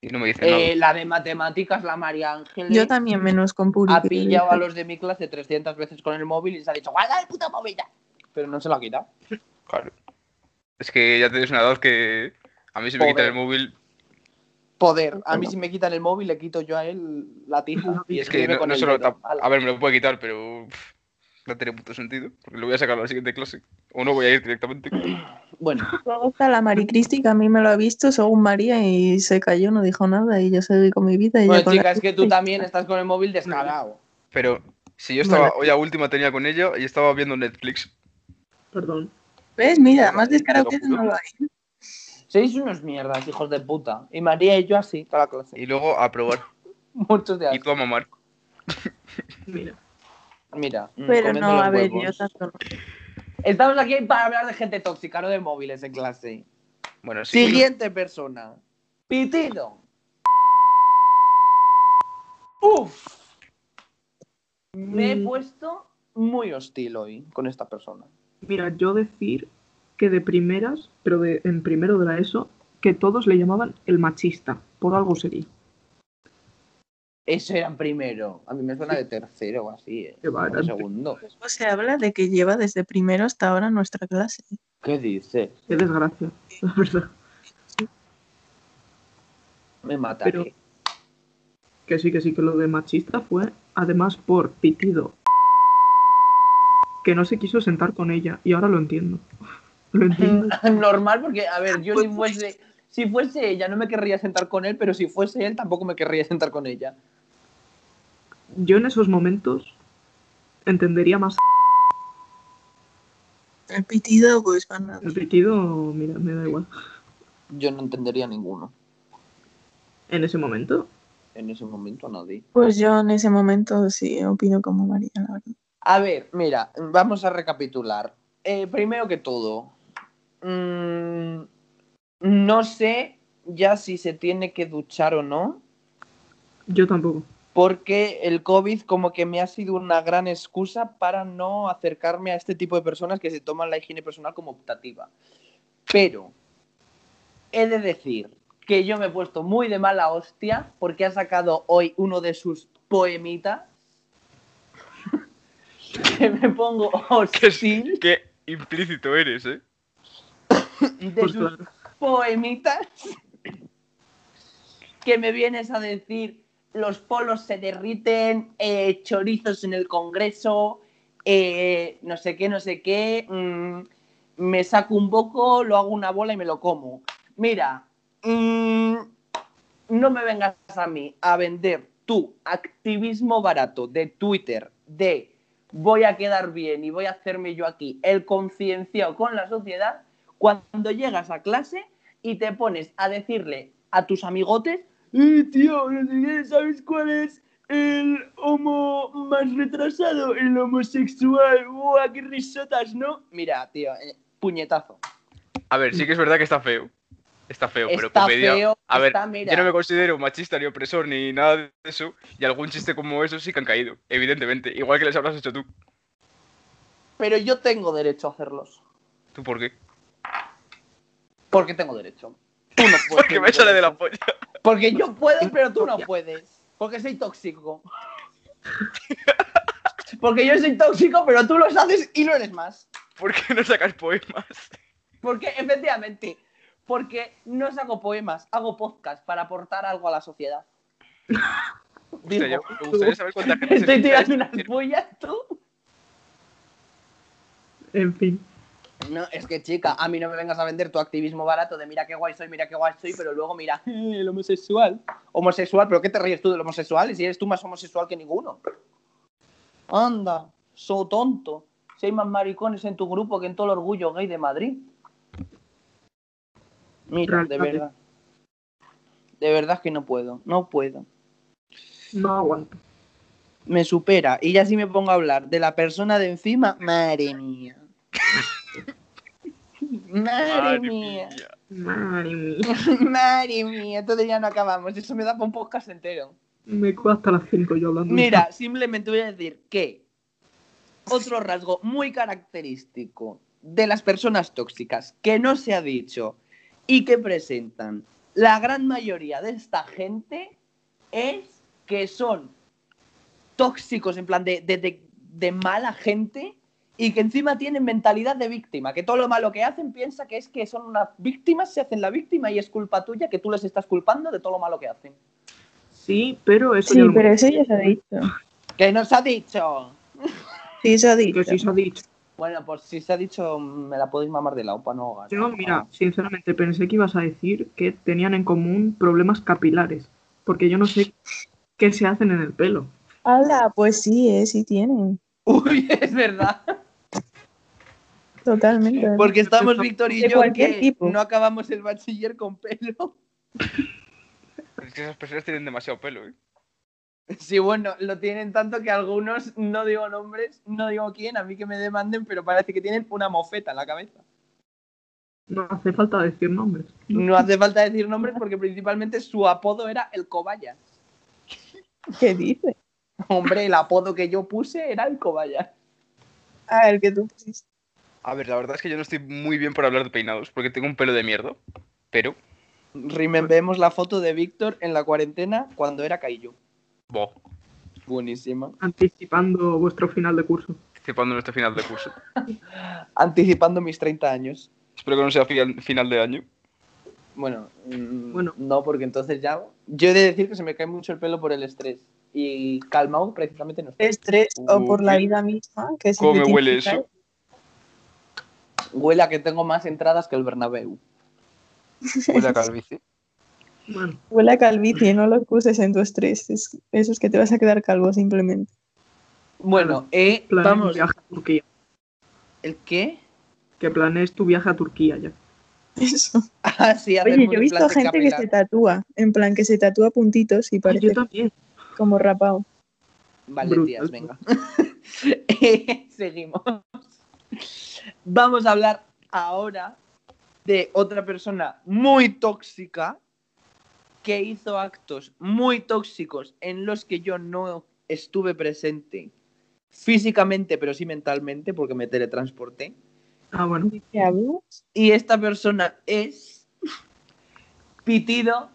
y no me dicen
Eh,
nada.
la de matemáticas, la María Ángeles,
Yo también menos con Puri.
ha
que-
pillado a los de mi clase 300 veces con el móvil y se ha dicho guarda el puto móvil ya. Pero no se lo ha quitado.
Claro. Es que ya tenéis una edad que a mí si me
Pobre.
quitan el móvil,
Poder. A mí si me quitan el móvil le quito yo a él la tija. Y
es que
escribe
no,
con
no
el
solo...
dedo.
tam-
Ala.
A ver, me lo puede quitar, pero pff, no tiene puto sentido, porque lo voy a sacar a la siguiente clase. O no voy a ir directamente.
Bueno,
Luego está la Maricristi, que a mí me lo ha visto según María y se cayó, no dijo nada y yo seguí con mi vida. Y
bueno
ella con la-
chicas, es que tú también estás con el móvil descarado.
Pero si yo estaba...
Vale.
Hoy a última tenía con ella y estaba viendo Netflix.
Perdón.
¿Ves? Mira,
Te
más
lo
descarado que
juro.
eso no lo hay.
Sois unos mierdas, hijos de puta. Y María y yo así, toda la clase.
Y luego a probar.
Muchos de
Y tú a mamar.
Mira.
Mira, mm,
Pero
comiendo
no,
los
a ver,
huevos.
yo tanto no.
Estamos aquí para hablar de gente tóxica, no de móviles en clase.
Bueno, sí.
Siguiente persona. Pitido. Uf. Me he
Mm.
puesto muy hostil hoy con esta persona.
Mira, yo decir que de primeras, pero de, en primero de la ESO, que todos le llamaban el machista. Por algo sería.
Eso era en primero. A mí me suena de tercero o así, ¿eh?
Qué
O de
barato.
segundo.
Luego se habla de que lleva desde primero hasta ahora nuestra clase.
¿Qué dices?
Qué desgracia. La verdad.
Me mata.
Pero-
¿eh?
Que sí, que sí, que lo de machista fue además por pitido. Que no se quiso sentar con ella. Y ahora lo entiendo. Lo entiendo.
Normal, porque, a ver, yo si fuese, si fuese ella no me querría sentar con él, pero si fuese él tampoco me querría sentar con ella.
Yo en esos momentos entendería más
El pitido, pues va nada.
el pitido. Mira, me da igual.
Yo no entendería ninguno
En ese momento.
en ese momento, a nadie.
Pues yo en ese momento sí opino como María, la verdad.
A ver, mira, vamos a recapitular. Eh, primero que todo, mm, no sé ya si se tiene que duchar o no,
Yo tampoco.
porque el COVID como que me ha sido una gran excusa para no acercarme a este tipo de personas que se toman la higiene personal como optativa. Pero he de decir que yo me he puesto muy de mala hostia porque ha sacado hoy uno de sus poemitas. que me pongo
Que sí.
hostil
Qué implícito eres, ¿eh?
de
Pues
sus
claro.
poemitas que me vienes a decir los polos se derriten, eh, chorizos en el Congreso, eh, no sé qué, no sé qué, mm, me saco un poco, lo hago una bola y me lo como. Mira, mm, no me vengas a mí a vender tu activismo barato de Twitter de voy a quedar bien y voy a hacerme yo aquí el concienciado con la sociedad, cuando llegas a clase y te pones a decirle a tus amigotes, eh, tío, no sé qué, ¿sabes cuál es el homo más retrasado? El homosexual, ¡buah, qué risotas, no! Mira, tío, eh, puñetazo.
A ver, sí que es verdad que está feo. Está feo, pero
Está
comedia.
feo,
a ver,
está, mira.
yo no me considero machista ni opresor ni nada de eso. Y algún chiste como eso sí que han caído, evidentemente. Igual que les habrás hecho tú.
Pero yo tengo derecho a hacerlos.
¿Tú por qué?
Pues Porque tengo derecho. Tú no puedes.
Porque me sale de la polla.
Porque yo puedo, pero tú no puedes. Porque soy tóxico. Porque yo soy tóxico, pero tú los haces y no eres más.
¿Por qué no sacas poemas?
Porque, efectivamente, porque no saco poemas, hago podcast para aportar algo a la sociedad.
Hostia,
Digo,
yo- me gustaría saber cuánta gente se
estoy
escucha
tirando unas
esto.
pollas, tú.
En fin.
No, es que chica, a mí no me vengas a vender tu activismo barato de mira qué guay soy, mira qué guay soy, pero luego mira, "Eh, el homosexual. Homosexual, pero ¿qué te ríes tú del homosexual? Si eres tú más homosexual que ninguno. Anda, so tonto. Si hay más maricones en tu grupo que en todo el orgullo gay de Madrid. Mira, de
Realmente.
verdad. De verdad que no puedo, no puedo.
No aguanto.
Me supera. Y ya si me pongo a hablar de la persona de encima, madre mía. madre
Madre
mía.
mía.
Madre mía.
Madre mía, entonces ya no acabamos. Eso me da para un podcast entero.
Me quedo hasta las 5 yo hablando.
Mira, simplemente voy a decir que otro rasgo muy característico de las personas tóxicas que no se ha dicho y que presentan la gran mayoría de esta gente es que son tóxicos en plan de, de- de- de mala gente y que encima tienen mentalidad de víctima, que todo lo malo que hacen piensa que es que son unas víctimas, se hacen la víctima y es culpa tuya que tú les estás culpando de todo lo malo que hacen.
Sí, pero eso
Sí,
ya lo
pero
hemos
eso ya se ha dicho.
¿Qué nos ha dicho?
Sí, se ha
dicho,
dicho.
Que sí se ha dicho.
Bueno, pues si se ha dicho, me la podéis mamar de lado para no ahogar.
Yo, mira, sinceramente pensé que ibas a decir que tenían en común problemas capilares. Porque yo no sé qué se hacen en el pelo.
Hala, pues sí, eh, sí tienen.
Uy, es verdad.
Totalmente.
Porque estamos Víctor y
De
yo
cualquier
que
tipo.
no acabamos el bachiller con pelo.
Es que esas personas tienen demasiado pelo, ¿eh?
Sí, bueno, lo tienen tanto que algunos, no digo nombres, no digo quién, a mí que me demanden, pero parece que tienen una mofeta en la cabeza.
No hace falta decir nombres.
No hace falta decir nombres porque principalmente su apodo era el cobayas.
¿Qué dices?
Hombre, el apodo que yo puse era el cobayas.
Ah, el que tú pusiste.
A ver, la verdad es que yo no estoy muy bien para hablar de peinados, porque tengo un pelo de mierda. Pero,
Remembremos la foto de Víctor en la cuarentena cuando era Caillou.
boh,
Buenísima.
Anticipando vuestro final de curso.
flipando nuestro final de curso.
Anticipando mis 30 años.
Espero que no sea fi- final de año.
Bueno, mm,
Bueno.
no, porque entonces ya. Yo he de decir que se me cae mucho el pelo por el estrés. Y calmado precisamente no.
Estrés o por la
Uy.
vida misma. Que
¿Cómo
siempre
me
te
huele
implica-
eso?
Huele a que tengo más entradas que el Bernabéu.
Huele a calvicie.
Bueno,
Huele a calvicie, no lo uses en tu estrés. Es, eso es que te vas a quedar calvo simplemente.
Bueno, eh,
planees tu
vamos.
viaje a Turquía.
¿El qué?
Que planees tu viaje a Turquía ya.
Eso.
Ah, sí, hacer
Oye, yo he visto
monoplaza
gente
capilar.
que se tatúa. En plan, que se tatúa puntitos y
Ay,
parece
yo también.
como rapado.
Vale,
Brutal.
tías, venga. Eh, Seguimos. Vamos a hablar ahora de otra persona muy tóxica que hizo actos muy tóxicos en los que yo no estuve presente físicamente, pero sí mentalmente, porque me teletransporté.
Ah, bueno.
¿De qué hablas?
Y esta persona es Pitido.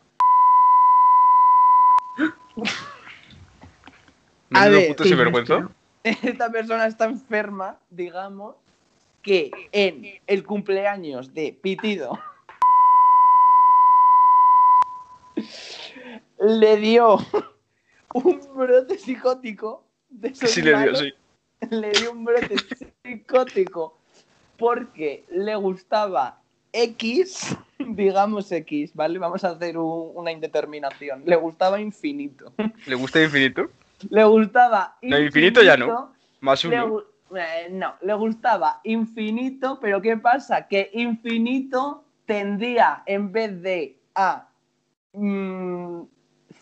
A
Menudo
ver,
puto
sí,
sinvergüenza.
respira.
esta persona está enferma, digamos, que en el cumpleaños de Pitido le dio un brote psicótico de
Que
esos
Sí le dio,
malos,
sí.
le dio un brote psicótico porque le gustaba X, digamos X, ¿vale? Vamos a hacer un- una indeterminación. Le gustaba infinito.
¿Le gusta infinito?
Le gustaba.
No, infinito ya no. Más
le
uno.
gu- eh, no, le gustaba infinito, pero ¿qué pasa? Que infinito tendía en vez de a mm,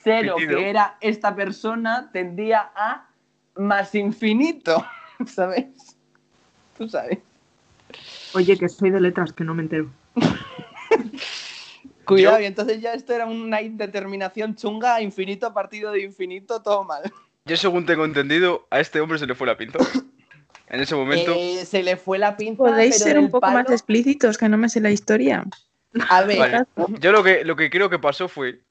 cero,
Pitido.
que era esta persona, tendía a más infinito, ¿sabes? Tú sabes.
Oye, que soy de letras, que no me entero.
Cuidado,
Yo-
y entonces ya esto era una indeterminación chunga, infinito partido de infinito, todo mal.
Yo, según tengo entendido, a este hombre se le fue la pinta. En ese momento.
Eh, se le fue la pinta.
¿Podéis
Ah, pero
ser
del
un poco más
palo-
explícitos? Que no me sé la historia.
A ver,
Vale. Yo lo que, lo que creo que pasó fue.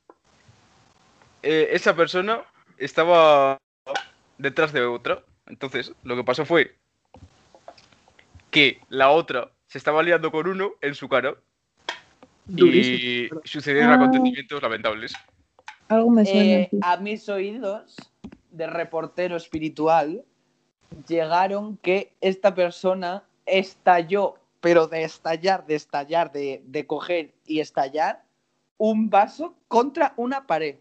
eh, esa persona estaba detrás de otra. Entonces, lo que pasó fue. Que la otra se estaba liando con uno en su cara.
Durísimo.
Y sucedieron
Ah.
acontecimientos lamentables.
Algo me suena.
eh,
sí.
a mis oídos de reportero espiritual llegaron que esta persona estalló, pero de estallar, de estallar, de, de coger y estallar, un vaso contra una pared.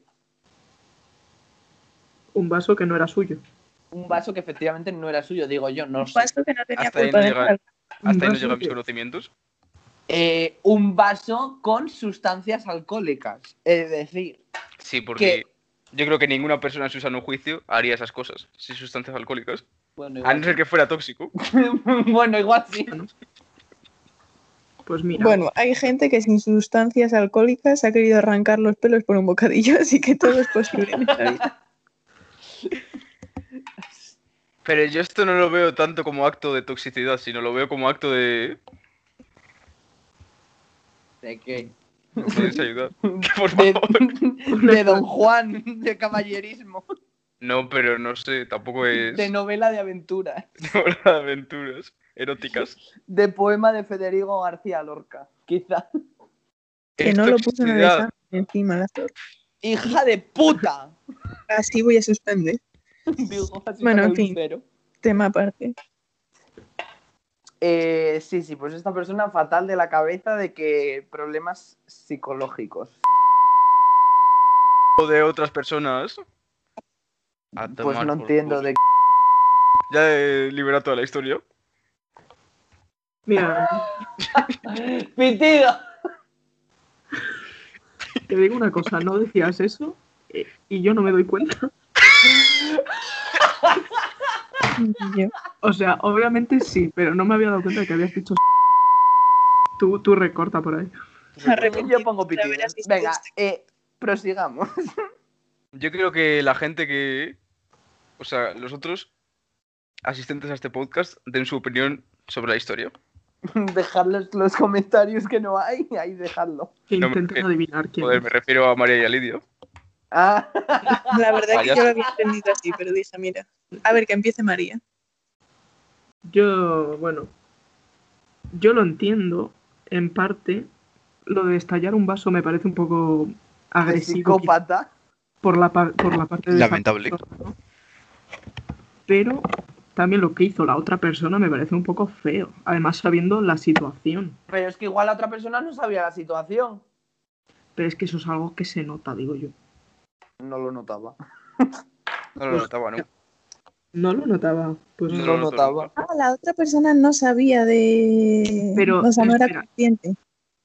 Un vaso que no era suyo.
Un vaso que efectivamente no era suyo, digo yo, no sé.
Paso que no tenía
Hasta ahí
culpa
no
de
llega-
nada.
Hasta ahí no
vaso
llegan mis
que-
conocimientos.
eh, un vaso con sustancias alcohólicas. Es decir,
Sí, porque yo creo que ninguna persona en su sano juicio haría esas cosas, sin sustancias alcohólicas.
bueno,
A no
igual,
ser que fuera tóxico.
bueno, igual sí.
Pues mira,
Bueno, hay gente que sin sustancias alcohólicas ha querido arrancar los pelos por un bocadillo, así que todo es posible en esta vida.
Pero yo esto no lo veo tanto como acto de toxicidad, sino lo veo como acto de.
¿De qué?
¿Me puedes ayudar? Por
De,
favor.
de Don Juan, de caballerismo,
No, pero no sé, tampoco es.
de novela de aventura,
novela de aventuras eróticas.
de poema de Federico García Lorca, quizá.
Que
Es
no lo puso en el
toxicidad.
examen encima. la zorra.
¡Hija de puta!
Así voy a suspender.
Digo, así
Bueno,
con
en
un
fin.
cero.
Tema aparte.
Eh, sí, sí, pues esta persona fatal de la cabeza de que problemas psicológicos.
O de otras personas. A
Pues
tomar
no
por
entiendo
culo.
de
Ya he liberado toda la historia.
mira,
qué. ¡Pitido!
te digo una cosa, no decías eso eh, y yo no me doy cuenta.
Y yo,
O sea, obviamente sí, pero no me había dado cuenta de que habías dicho. Tú, tú recorta por ahí.
Yo pongo pitido.
haber asistido
Venga,
a este
eh, prosigamos.
Yo creo que la gente que. O sea, los otros asistentes a este podcast den su opinión sobre la historia.
Dejadlos los comentarios que no hay, ahí dejadlo.
Que
No me-
intenten adivinar quién
Joder,
es.
me refiero a María y a Lidia.
Ah,
La verdad que yo
Payaso.
lo había entendido así, pero dije, mira. A ver, que empiece María.
Yo, bueno, yo lo entiendo en parte. Lo de estallar un vaso me parece un poco agresivo quizá,
psicópata.
por la, par- por la parte de esa
Lamentable.
persona, ¿no? Pero también lo que hizo la otra persona me parece un poco feo. Además, sabiendo la situación.
Pero es que igual la otra persona no sabía la situación.
Pero es que eso es algo que se nota, digo yo.
No lo notaba.
No lo notaba, ¿no?
No lo notaba. Pues
No
No,
lo
lo
notaba.
notaba.
Ah, la otra persona no sabía de.
Pero,
o sea, no era
espera.
consciente.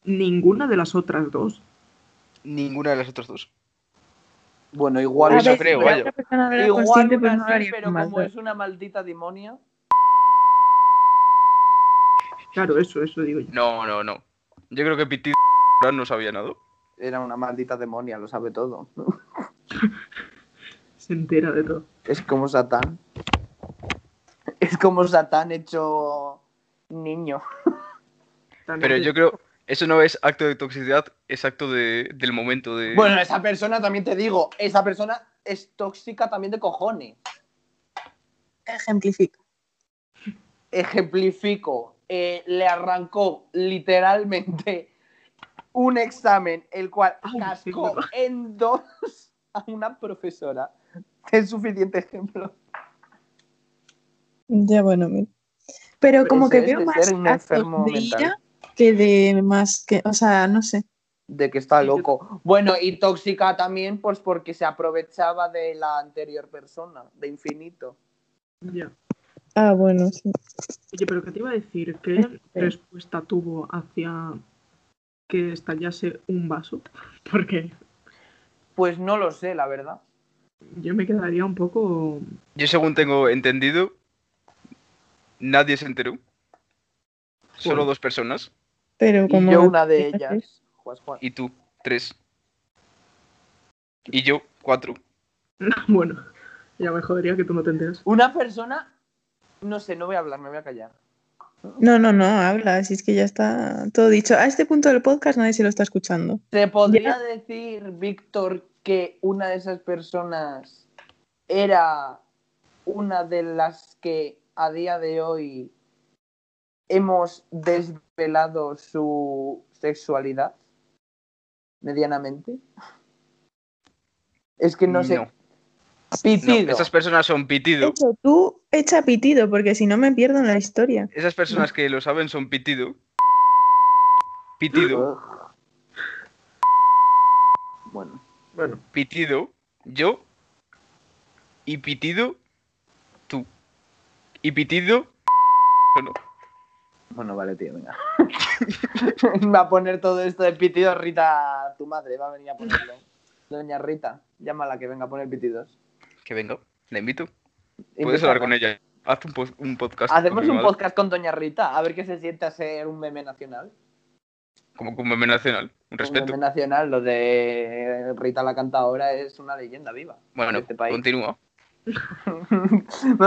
ninguna de las otras dos.
Ninguna de las otras dos.
Bueno, igual.
A
una
eso
ver,
creo,
pero la
vaya.
otra persona no era
Igual
consciente,
una
pero no lo
sí,
haría
pero
con más
como
dos.
es una maldita demonia.
Claro, eso, eso digo yo.
No, no, no. Yo creo que Piti no sabía nada.
Era una maldita demonia, lo sabe todo.
Se entera de todo.
Es como Satán. Es como Satán hecho niño.
También
Pero
te-
yo creo, eso no es acto de toxicidad, es acto de, del momento de...
Bueno, esa persona también te digo, esa persona es tóxica también de cojones.
Ejemplifica.
ejemplifico, eh, le arrancó literalmente un examen, el cual
Ay,
cascó
perdón.
en dos a una profesora. Es suficiente ejemplo.
Ya, bueno, mira. Pero
Pero
como
ese
que
es
veo
de
más
ser un
actos
enfermo
de
mental.
ira que de más que. O sea, no sé.
de que está
Sí, yo-
loco. Bueno, y tóxica también, pues porque se aprovechaba de la anterior persona, de infinito.
Ya.
Ah, bueno, sí.
Oye, pero ¿qué te iba a decir? ¿Qué respuesta tuvo hacia que estallase un vaso? Porque
Pues no lo sé, la verdad.
yo me quedaría un poco...
Yo según tengo entendido, nadie se enteró. Solo
Joder.
dos personas.
Pero
Y
como.
yo una de ellas. Juas, Juan.
Y tú, tres. Y yo, cuatro.
bueno, ya me jodería que tú no te enteras.
Una persona, no sé, no voy a hablar, me voy a callar.
No, no, no, habla, si es que ya está todo dicho. A este punto del podcast nadie se lo está escuchando.
¿Se podría decir, Víctor, que una de esas personas era una de las que a día de hoy hemos desvelado su sexualidad? Medianamente. Es que no, sé.
no,
Pitido.
Esas personas son pitido.
Eso, tú echa pitido, porque si no me pierdo en la historia.
Esas personas que lo saben son pitido. Pitido.
Bueno.
Bueno,
Pitido, yo y Pitido, tú. Y Pitido, yo no.
Bueno, vale, tío, venga. va a poner todo esto de pitidos, Rita, tu madre, va a venir a ponerlo. Doña Rita, llámala que venga a poner pitidos.
Que venga, la invito. Puedes hablar con ella. Haz un, pos- un podcast.
Hacemos
con mi
un
madre,
podcast con Doña Rita, a ver qué se siente a ser un meme nacional.
Como con meme nacional. Un
Un
respeto.
meme nacional, lo de Rita la canta ahora es una leyenda viva.
Bueno,
de este país.
continúa.
Bueno,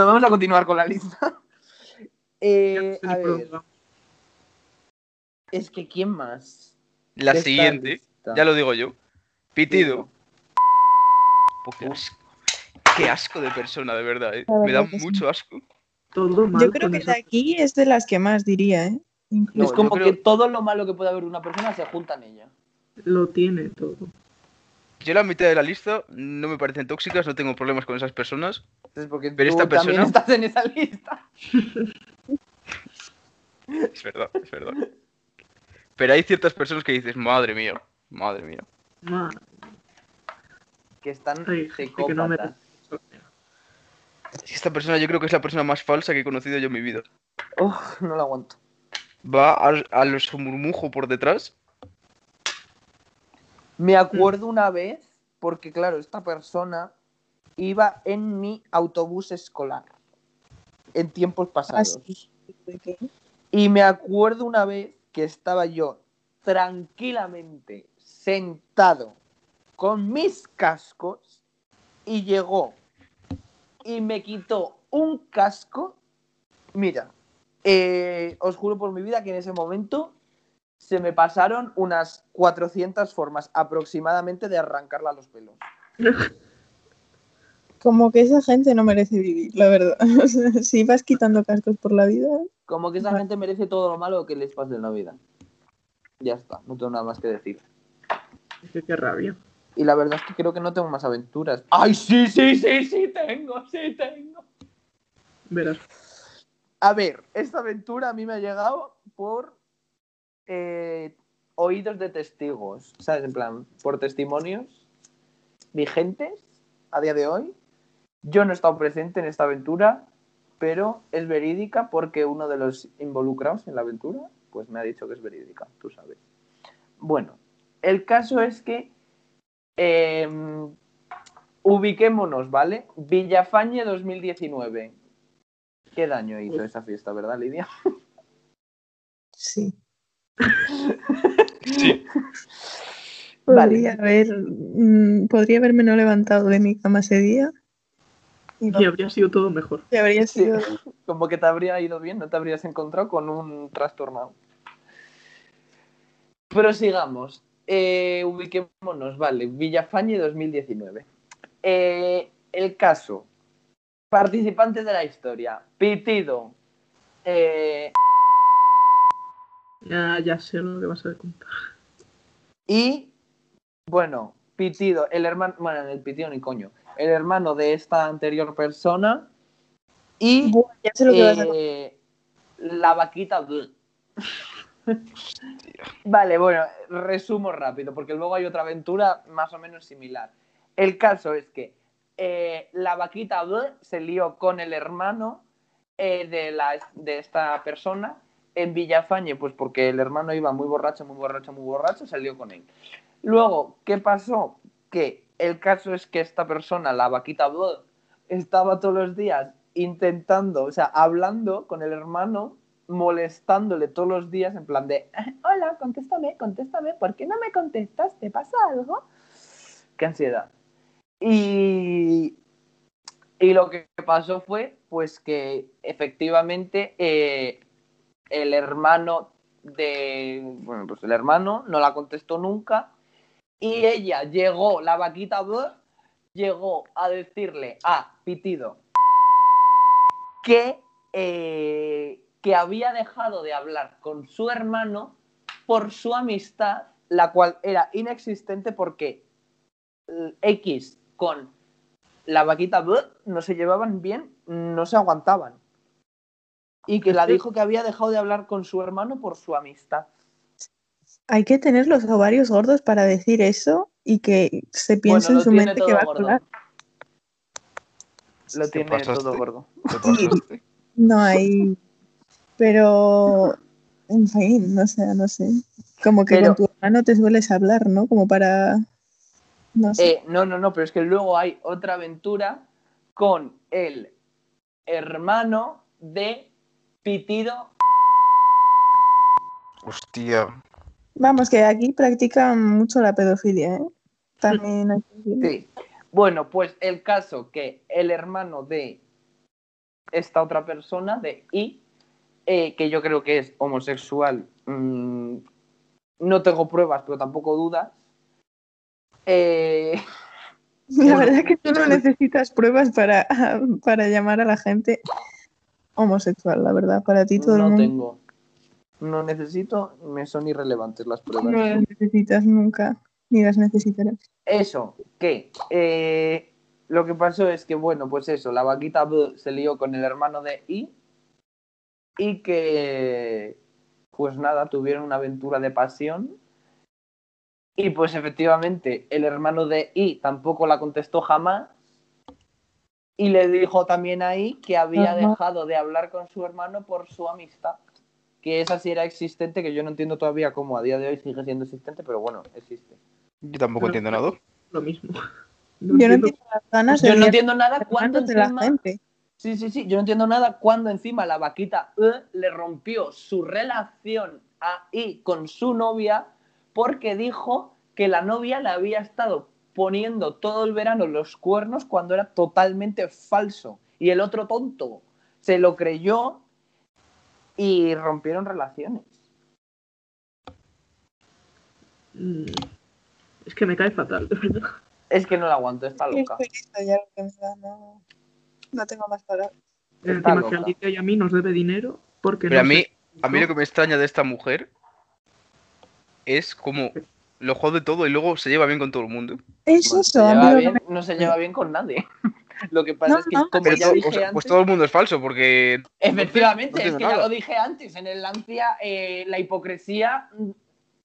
vamos a continuar con la lista. Eh, a ver, es que ¿quién más?
La
de esta
siguiente,
lista?
ya lo digo yo. Pitido.
Digo.
Oh, qué asco. Qué asco de persona, de verdad. eh.
La
Me da
verdad que sí.
mucho asco.
todo mal
Yo creo
con
que de
esa-
aquí es de las que más diría, ¿eh? Incluso.
No,
es como
yo creo-
que todo lo malo que puede haber una persona se junta en ella.
Lo tiene todo.
Yo la mitad de la lista no me parecen tóxicas, no tengo problemas con esas personas.
Entonces, porque
Pero
tú
esta
también
persona-
estás en esa lista.
Es verdad, es verdad. Pero hay ciertas personas que dices, madre mía, madre mía.
Ma-
Que están
Ay, gente que no me-
psicópatas.
Es que Esta persona yo creo que es la persona más falsa que he conocido yo en mi vida.
Uf, no lo aguanto.
Va al, al su murmujo por detrás.
Me
Mm.
acuerdo una vez, porque claro, esta persona iba en mi autobús escolar en tiempos pasados.
Así.
Y me acuerdo una vez que estaba yo tranquilamente sentado con mis cascos y llegó y me quitó un casco. Mira, eh, os juro por mi vida que en ese momento se me pasaron unas 400 formas aproximadamente de arrancarla a los pelos.
Como que esa gente no merece vivir, la verdad. O sea, si vas quitando cascos por la vida.
Como que esa gente merece todo lo malo que les pase en la vida. Ya está, no tengo nada más que decir.
es que qué rabia.
Y la verdad es que creo que no tengo más aventuras. ¡Ay, sí, sí, sí, sí tengo! ¡Sí tengo!
Verás.
A ver, esta aventura a mí me ha llegado por eh, oídos de testigos, ¿sabes? En plan, por testimonios vigentes a día de hoy. Yo no he estado presente en esta aventura, pero es verídica porque uno de los involucrados en la aventura, pues me ha dicho que es verídica, tú sabes. Bueno, el caso es que em, ubiquémonos, ¿vale? Villafañe 2019. ¿Qué daño hizo esa fiesta, verdad, Lidia?
Sí.
Sí.
Podría haber. mm, podría haberme no levantado de mi cama ese día. Y no,
Y habría sido todo mejor.
y habría
Sí.
sido.
Como que te habría ido bien, no te habrías encontrado con un trastornado. Prosigamos. Eh, ubiquémonos, vale. Villafañe 2019. Eh, el caso. Participante de la historia. Pitido. Eh,
Ya, ya sé lo que vas a contar.
Y, bueno, Pitido, el hermano, bueno, el Pitido ni coño, el hermano de esta anterior persona y
Buah, ya sé lo que vas a
eh, la vaquita. bleh. Vale, bueno, resumo rápido, porque luego hay otra aventura más o menos similar. El caso es que eh, la vaquita bleh, se lió con el hermano eh, de, la, de esta persona en Villafañe, pues porque el hermano iba muy borracho, muy borracho, muy borracho, se lió con él. Luego, ¿qué pasó? Que el caso es que esta persona, la vaquita bleh, estaba todos los días intentando, o sea, hablando con el hermano, molestándole todos los días en plan de, "Ah, hola, contéstame, contéstame, ¿por qué no me contestas? ¿Te pasa algo? Qué ansiedad. Y, y lo que pasó fue, pues que efectivamente eh, el hermano de, bueno, pues el hermano no la contestó nunca y ella llegó, la vaquita, bleh, llegó a decirle a Pitido que, eh, que había dejado de hablar con su hermano por su amistad, la cual era inexistente porque eh, X con la vaquita bleh, no se llevaban bien, no se aguantaban. Y que
Este
la dijo que había dejado de hablar con su hermano por su amistad.
Hay que tener los ovarios gordos para decir eso y que se piense
Bueno,
en su
tiene
mente
todo
que va a
gordo.
colar.
Lo
Te
tiene todo
pasaste.
gordo.
Te pasaste.
No hay. Pero. En fin, no sé, no sé. Como que
Pero-
con tu hermano te sueles hablar, ¿no? Como para. No sé.
Eh, no, no, no, pero es que luego hay otra aventura con el hermano de Pitido.
Hostia.
Vamos, que aquí practican mucho la pedofilia, ¿eh? También. hay que decirlo.
Sí. Bueno, pues el caso que el hermano de esta otra persona, de I, eh, que yo creo que es homosexual, mm, no tengo pruebas, pero tampoco dudas. eh,
La verdad que tú no necesitas pruebas para, para llamar a la gente homosexual, la verdad. Para ti todo el
no
mundo
tengo. No necesito, me son irrelevantes las pruebas.
no las necesitas nunca, ni las necesitarás.
Eso, que eh, lo que pasó es que, bueno, pues eso, la vaquita Blue se lió con el hermano de I y que, pues nada, tuvieron una aventura de pasión. Y pues efectivamente, el hermano de I tampoco la contestó jamás. Y le dijo también a I que había
Ajá.
dejado de hablar con su hermano por su amistad. Que esa sí era existente, que yo no entiendo todavía cómo a día de hoy sigue siendo existente, pero bueno, existe.
Yo tampoco entiendo nada.
Lo mismo.
Yo no
entiendo-
entiendo las ganas de
Pues Yo no
liar
entiendo nada
las
cuando
manos de la
encima...
gente.
Sí, sí, sí. Yo no entiendo nada cuando encima la vaquita eh, le rompió su relación a I con su novia porque dijo que la novia le había estado poniendo todo el verano los cuernos cuando era totalmente falso. Y el otro tonto se lo creyó y rompieron relaciones.
Mm, Es que me cae fatal, de verdad.
Es que no la aguanto, está loca.
Estoy lista ya, lo que me da, no, no tengo más palabras.
Encima que
loca.
a Alicia y a mí nos debe dinero porque
Pero a
no
mí,
sé-
a mí lo que me extraña de esta mujer es como lo jode todo y luego se lleva bien con todo el mundo.
Es
Bueno, se
eso, a mí
lleva
lo que
bien-
me-
no se lleva bien con nadie. Lo que pasa
No,
es que,
no,
como
Pero
ya
to-
dije
o sea,
antes,
pues todo el mundo es falso porque
Efectivamente,
No
es
entiendo
que ya
nada.
lo dije antes, en el Lancia eh, la hipocresía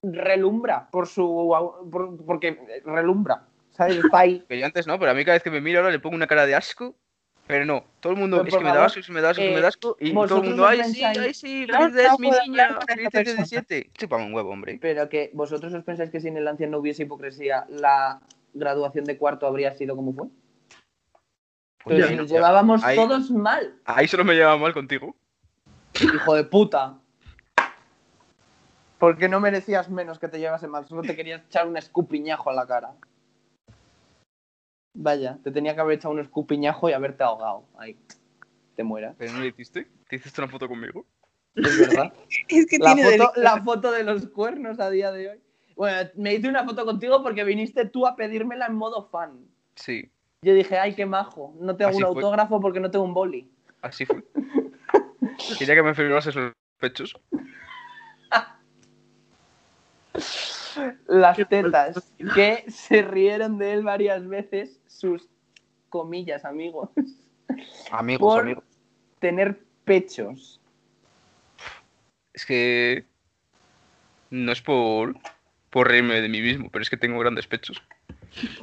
relumbra por su por- porque relumbra, ¿sabes? Está ahí.
que yo antes no, pero a mí cada vez que me miro ahora le pongo una cara de asco. Pero no, todo el mundo
Pero
es
por
que me da
favor,
asco, es que me da asco, es que me
eh,
da asco. Y todo
vosotros
el mundo,
no
ay, sí,
pensáis-
ay, sí,
No,
felices,
no
mi
puedo
niña,
hablar con esta
felices de
persona.
17. Chúpame un huevo, hombre.
Pero que vosotros os pensáis que si en el Lancia no hubiese hipocresía, la graduación de cuarto habría sido como fue.
Pues
Pero
ahí
si
no-
nos llevábamos
ahí-
todos mal,
Ahí solo me llevaba mal contigo.
hijo de puta. Porque no merecías menos que te llevase mal, solo te querías echar un escupiñajo a la cara. Vaya, te tenía que haber echado un escupiñajo y haberte ahogado. Ahí, te mueras.
Pero no lo hiciste. ¿Te hiciste una foto conmigo?
Es verdad.
Es que
la,
tiene
foto,
delito.
la foto de los cuernos a día de hoy. Bueno, me hice una foto contigo porque viniste tú a pedírmela en modo fan.
Sí,
Yo dije, ay, qué majo. No tengo
Así
un
fue.
autógrafo porque no tengo un boli.
así fue. Quería que me firmases los pechos.
las
Qué
tetas
fuerte.
que se rieron de él varias veces sus comillas amigos
Amigos,
por
amigos.
tener pechos
Es que No es por, por reírme de mí mismo, pero es que tengo grandes pechos.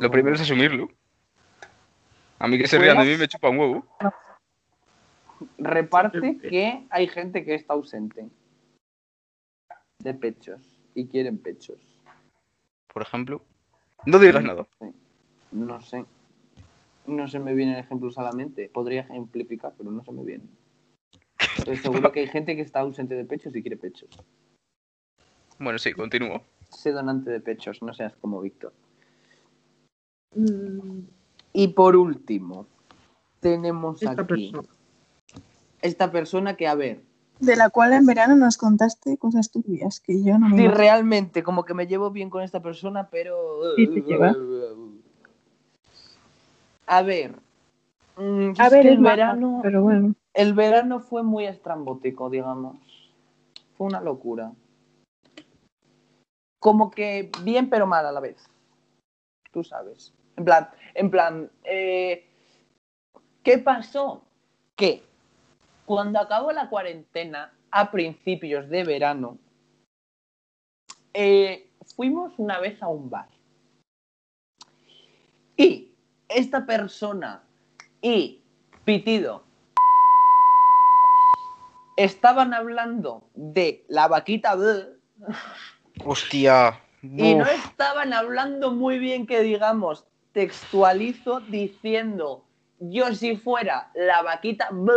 Lo primero es asumirlo. A mí que se rían de mí me chupa un huevo.
Reparte que hay gente que está ausente de pechos y quieren pechos.
Por ejemplo. No digas nada.
No sé. No se me vienen ejemplos a la mente. Podría ejemplificar, pero no se me vienen. Estoy seguro que hay gente que está ausente de pechos y quiere pechos.
Bueno, sí, continúo.
Sé donante de pechos, no seas como Víctor.
Mm,
Y por último, tenemos
Esta
aquí
persona.
esta persona que, a ver,
De la cual en verano nos contaste cosas turbias que yo no me
si
imagino.
realmente como que me llevo bien con esta persona, pero...
Sí, te llevas.
A ver. mm,
A
es
ver,
que
es maja, pero bueno.
El verano fue muy estrambótico, digamos. Fue una locura. Como que bien pero mal a la vez. Tú sabes. En plan, en plan, eh, ¿qué pasó? Que cuando acabó la cuarentena, a principios de verano, eh, fuimos una vez a un bar. Y esta persona y Pitido estaban hablando de la vaquita B
Hostia.
y no estaban hablando muy bien que digamos, textualizo diciendo, yo si fuera la vaquita B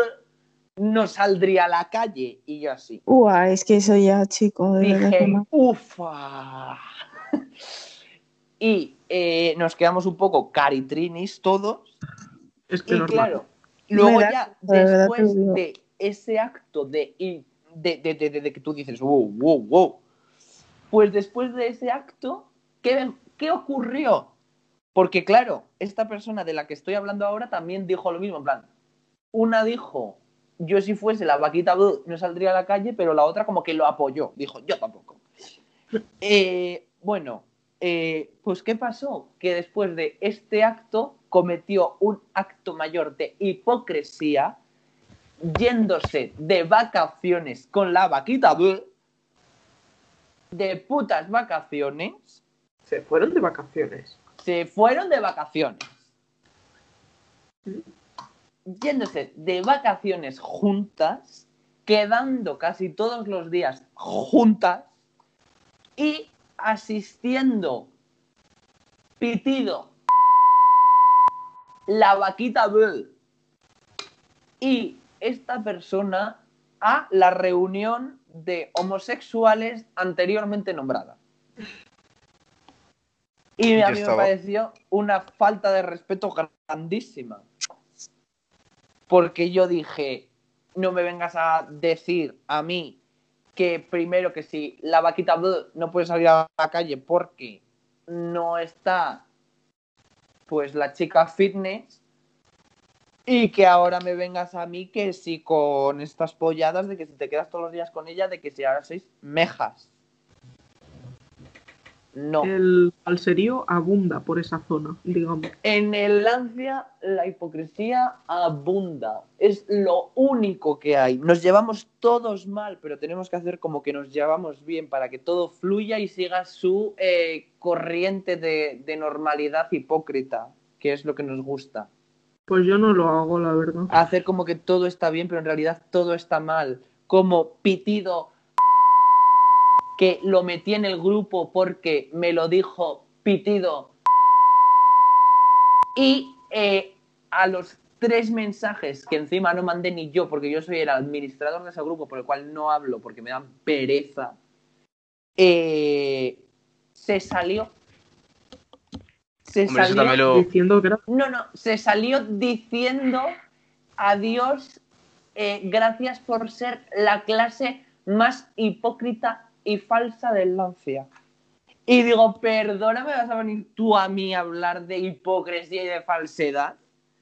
no saldría a la calle y yo así.
Ua, es que eso ya, chico, de verdad que
Dije,
no.
ufa. y eh, nos quedamos un poco caritrinis todos.
Es que
Y
normal.
claro, luego
Me da-
ya
de verdad te lo
después
digo.
de ese acto de, y- de, de- de- de- de que tú dices, wow, wow, wow, pues después de ese acto, ¿qué, ¿qué ocurrió? Porque claro, esta persona de la que estoy hablando ahora también dijo lo mismo, en plan, una dijo, yo si fuese la vaquita Blue no saldría a la calle, pero la otra como que lo apoyó, dijo, yo tampoco. Eh, bueno, eh, pues ¿qué pasó? Que después de este acto cometió un acto mayor de hipocresía yéndose de vacaciones con la vaquita Blue, de putas vacaciones,
Se fueron de vacaciones.
se fueron de vacaciones.
Mm.
Yéndose de vacaciones juntas, quedando casi todos los días juntas y asistiendo pitido la vaquita Bell y esta persona a la reunión de homosexuales anteriormente nombrada. Y
Yo
a mí me
estaba.
pareció una falta de respeto grandísima. Porque yo dije, no me vengas a decir a mí que primero que si la vaquita bleh, no puede salir a la calle porque no está pues la chica fitness y que ahora me vengas a mí que si con estas polladas de que si te quedas todos los días con ella de que si ahora sois mejas. No.
El falserío abunda por esa zona, digamos.
En el Lancia la hipocresía abunda. Es lo único que hay. Nos llevamos todos mal, pero tenemos que hacer como que nos llevamos bien para que todo fluya y siga su eh, corriente de, de normalidad hipócrita, que es lo que nos gusta.
Pues yo no lo hago, la verdad.
Hacer como que todo está bien, pero en realidad todo está mal. Como pitido que lo metí en el grupo porque me lo dijo pitido. Y eh, a los tres mensajes que encima no mandé ni yo, porque yo soy el administrador de ese grupo, por el cual no hablo porque me dan pereza, eh, se salió. Se
Hombre, eso
salió
también lo.
Diciendo que era
no, no, se salió diciendo adiós, eh, gracias por ser la clase más hipócrita y falsa del Lancia. Y digo, perdóname, vas a venir tú a mí a hablar de hipocresía y de falsedad,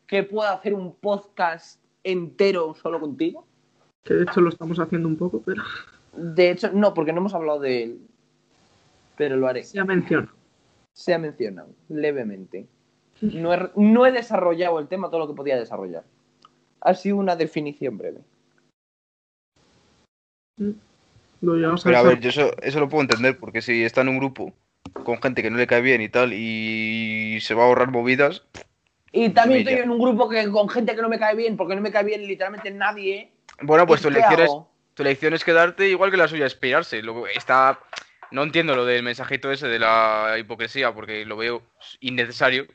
que puedo hacer un podcast entero solo contigo.
que de hecho lo estamos haciendo un poco, pero
De hecho, no, porque no hemos hablado de él, pero lo haré.
ya menciono.
Se ha mencionado levemente. No he, no he desarrollado el tema todo lo que podía desarrollar. Ha sido una definición breve.
Lo llegas
Pero a
saber.
ver, yo eso, eso lo puedo entender, porque si está en un grupo con gente que no le cae bien y tal, y se va a ahorrar movidas,
Y también estoy
Mira.
en un grupo que con gente que no me cae bien, porque no me cae bien literalmente nadie.
bueno, pues tu
¿Qué
elección, es,
hago?
tu elección es quedarte igual que la suya, espirarse. Lo, está, no entiendo lo del mensajito ese de la hipocresía, porque lo veo innecesario.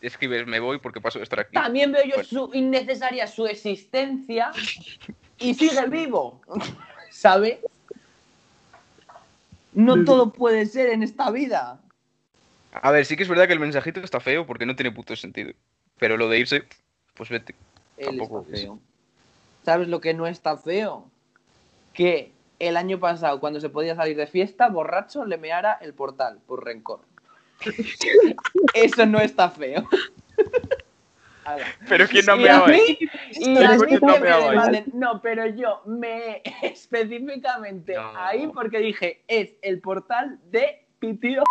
Escribes, me voy porque paso de estar aquí.
También veo yo
Bueno.
su innecesaria su existencia y sigue vivo. ¿Sabes? No
Vivo.
todo puede ser en esta vida.
A ver, sí que es verdad que el mensajito está feo porque no tiene puto sentido. Pero lo de irse, pues vete.
Él
Tampoco
está
es.
feo. ¿Sabes lo que no está feo? Que el año pasado, cuando se podía salir de fiesta, borracho le meara el portal por rencor. Eso no está feo. Ala.
Pero ¿quién no
Y a
meaba ahí?
mí- y a
Pero
mí
es que
que
no
me
meaba ahí.
demanden- No, pero yo me específicamente
No.
ahí porque dije, es el portal de Pitido.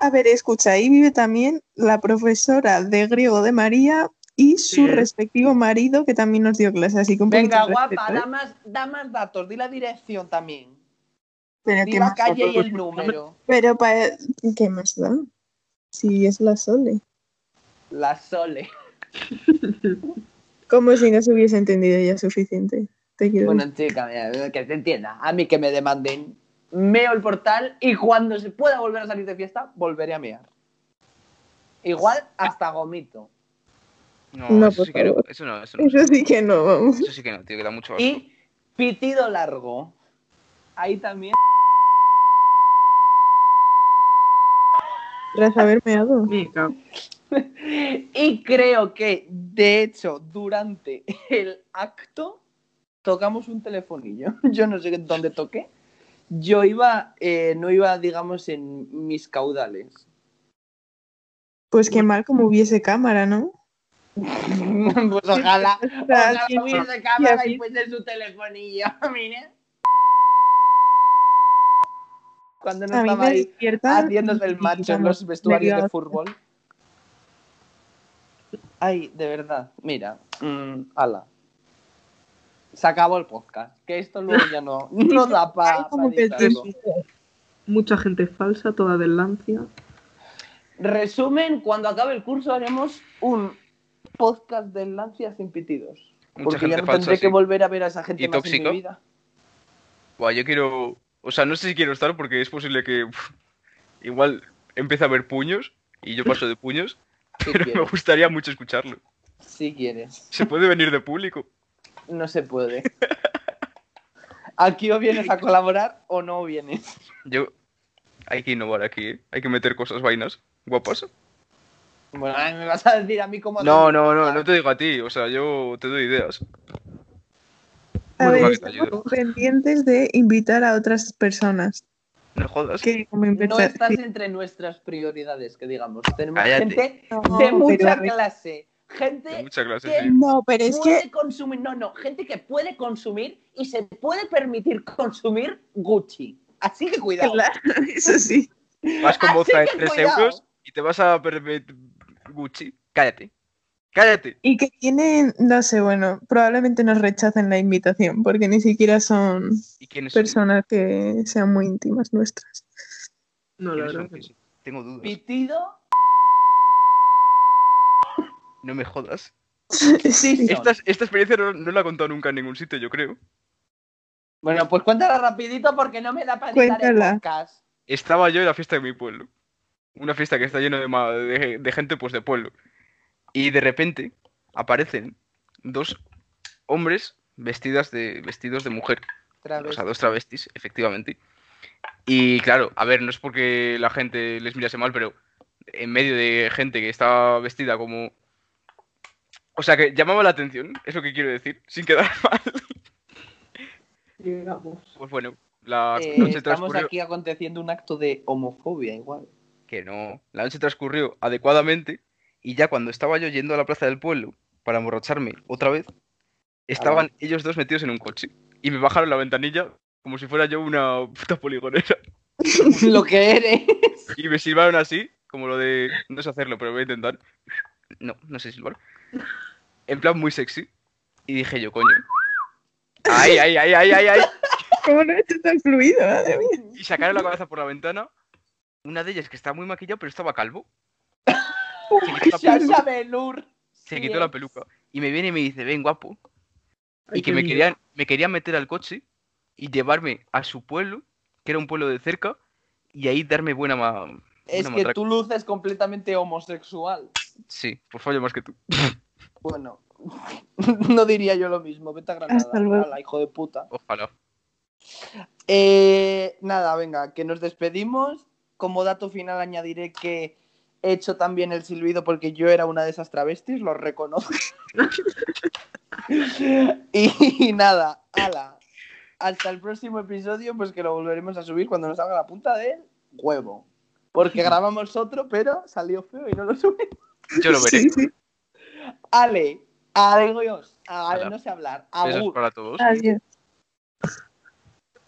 A ver, escucha, ahí vive también la profesora de griego de María y su
Sí.
respectivo marido que también nos dio clase, así que un poquito
Venga,
de
guapa,
respeto, ¿eh?
da más, da más datos, di la dirección también.
Pero
Di
qué
la
más,
calle y el número.
pero pa- ¿qué más da? Si es la Sole.
La Sole.
Como si no se hubiese entendido ya suficiente. Te quiero
Bueno, chica, mira, que se entienda. A mí que me demanden. Meo el portal y cuando se pueda volver a salir de fiesta, volveré a mear. Igual hasta gomito.
No,
No,
eso
por
sí que no.
favor.
Eso no, eso no.
decir. Eso sí que no, vamos.
Eso sí que no, tío, que da mucho asco.
Y pitido largo. Ahí también.
Tras haber meado.
Me cago.
Y creo que, de hecho, durante el acto tocamos un telefonillo. Yo no sé dónde toqué. Yo iba, eh, no iba, digamos, en mis caudales.
Pues qué mal como hubiese cámara, ¿no?
pues ojalá, ojalá
sí,
hubiese cámara y
sí.
fuese su telefonillo, mire. Cuando no
a mí
estaba
me
ahí
despierta.
haciéndose el
y,
macho en
vamos,
los vestuarios de
nerviosa.
fútbol. Ay, de verdad, mira, mm, ala. Se acabó el podcast, que esto luego ya no, no da
Ay,
para
como que
Mucha gente falsa, toda del Lancia.
Resumen, cuando acabe el curso haremos un podcast de Lancia sin pitidos.
Mucha
porque ya
gente
no
falsa,
tendré
sí.
que volver a ver a esa gente
¿Y
más en
tóxico?
mi vida.
Buah, yo quiero. O sea, no sé si quiero estar porque es posible que. pf, igual empiece a haber puños y yo paso de puños,
Si
pero me
quieres,
gustaría mucho escucharlo.
si quieres.
Se puede venir de público.
No se puede. Aquí o vienes a colaborar o no vienes.
Yo. Hay que innovar aquí, ¿eh? Hay que meter cosas vainas guapas.
Bueno, ay, me vas a decir a mí cómo...
No, no, no, no te digo a ti. O sea, yo te doy ideas.
A
Bueno,
ver,
vale, te ayudo.
estamos pendientes de invitar a otras personas.
No jodas.
Que como
No
empezar-
estás entre nuestras prioridades, que digamos. Tenemos
Cállate.
gente
No,
de mucha
pero-
clase. Gente
De mucha clase,
que
sí.
No, pero es
puede
que
consumir... No, no. Gente que puede consumir y se puede permitir consumir Gucci. Así que cuidado.
Claro, eso sí.
eh. Vas con
Así
bolsa de
que
3
cuidado.
euros y te vas a permitir Gucci. Cállate. Cállate.
Y que tienen, no sé, bueno, probablemente nos rechacen la invitación porque ni siquiera son
¿Y quiénes son?
personas que sean muy íntimas nuestras.
No, la
¿Quiénes
verdad.
son? Que Tengo dudas.
Pitido...
No me jodas.
Sí,
Son.
Esta, esta experiencia no, no la he contado nunca en ningún sitio, yo creo.
Bueno, pues cuéntala rapidito porque no me da para editar
Cuéntala.
el podcast.
Estaba yo en la fiesta de mi pueblo. Una fiesta que está llena de, ma- de- de gente pues de pueblo. Y de repente aparecen dos hombres vestidas de, vestidos de mujer. O sea, dos travestis, efectivamente. Y claro, a ver, no es porque la gente les mirase mal, pero en medio de gente que estaba vestida como... O sea, que llamaba la atención, es lo que quiero decir, sin quedar mal. Pues bueno, la
Eh,
noche
estamos
transcurrió...
aquí aconteciendo un acto de homofobia igual.
que no. La noche transcurrió adecuadamente y ya cuando estaba yo yendo a la plaza del pueblo para emborracharme otra vez, estaban ellos dos metidos en un coche y me bajaron la ventanilla como si fuera yo una puta poligonera
Lo que eres.
y me silbaron así, como lo de no sé hacerlo, pero voy a intentar. No, no sé silbar. En plan muy sexy y dije yo, coño. Ay, ay, ay, ay, ay, ay.
¿Cómo lo he hecho tan fluido? ¿eh? Madre mía.
Y sacaron la cabeza por la ventana. Una de ellas que estaba muy maquillada, pero estaba calvo. Se quitó la peluca.
Sasha Belur.
se quitó la peluca. Y me viene y me dice, ven guapo. Y que me querían, me querían meter al coche y llevarme a su pueblo, que era un pueblo de cerca, y ahí darme buena ma...
Es
buena
que
matraca.
tú luces completamente homosexual.
Sí, por fallo más que tú.
Bueno, no diría yo lo mismo. Vete a Granada.
Hasta luego.
Hala, hijo de puta.
Ojalá.
Eh, nada, venga, que nos despedimos. Como dato final añadiré que he hecho también el silbido porque yo era una de esas travestis, lo reconozco. y, nada, ala. Hasta el próximo episodio, pues que lo volveremos a subir cuando nos salga la punta del huevo. Porque grabamos otro, pero salió feo y no lo subí.
Yo lo veré.
Sí, sí.
Ale, adiós, a-
Ala.
no sé hablar,
Besos
agur.
para todos.
Adiós.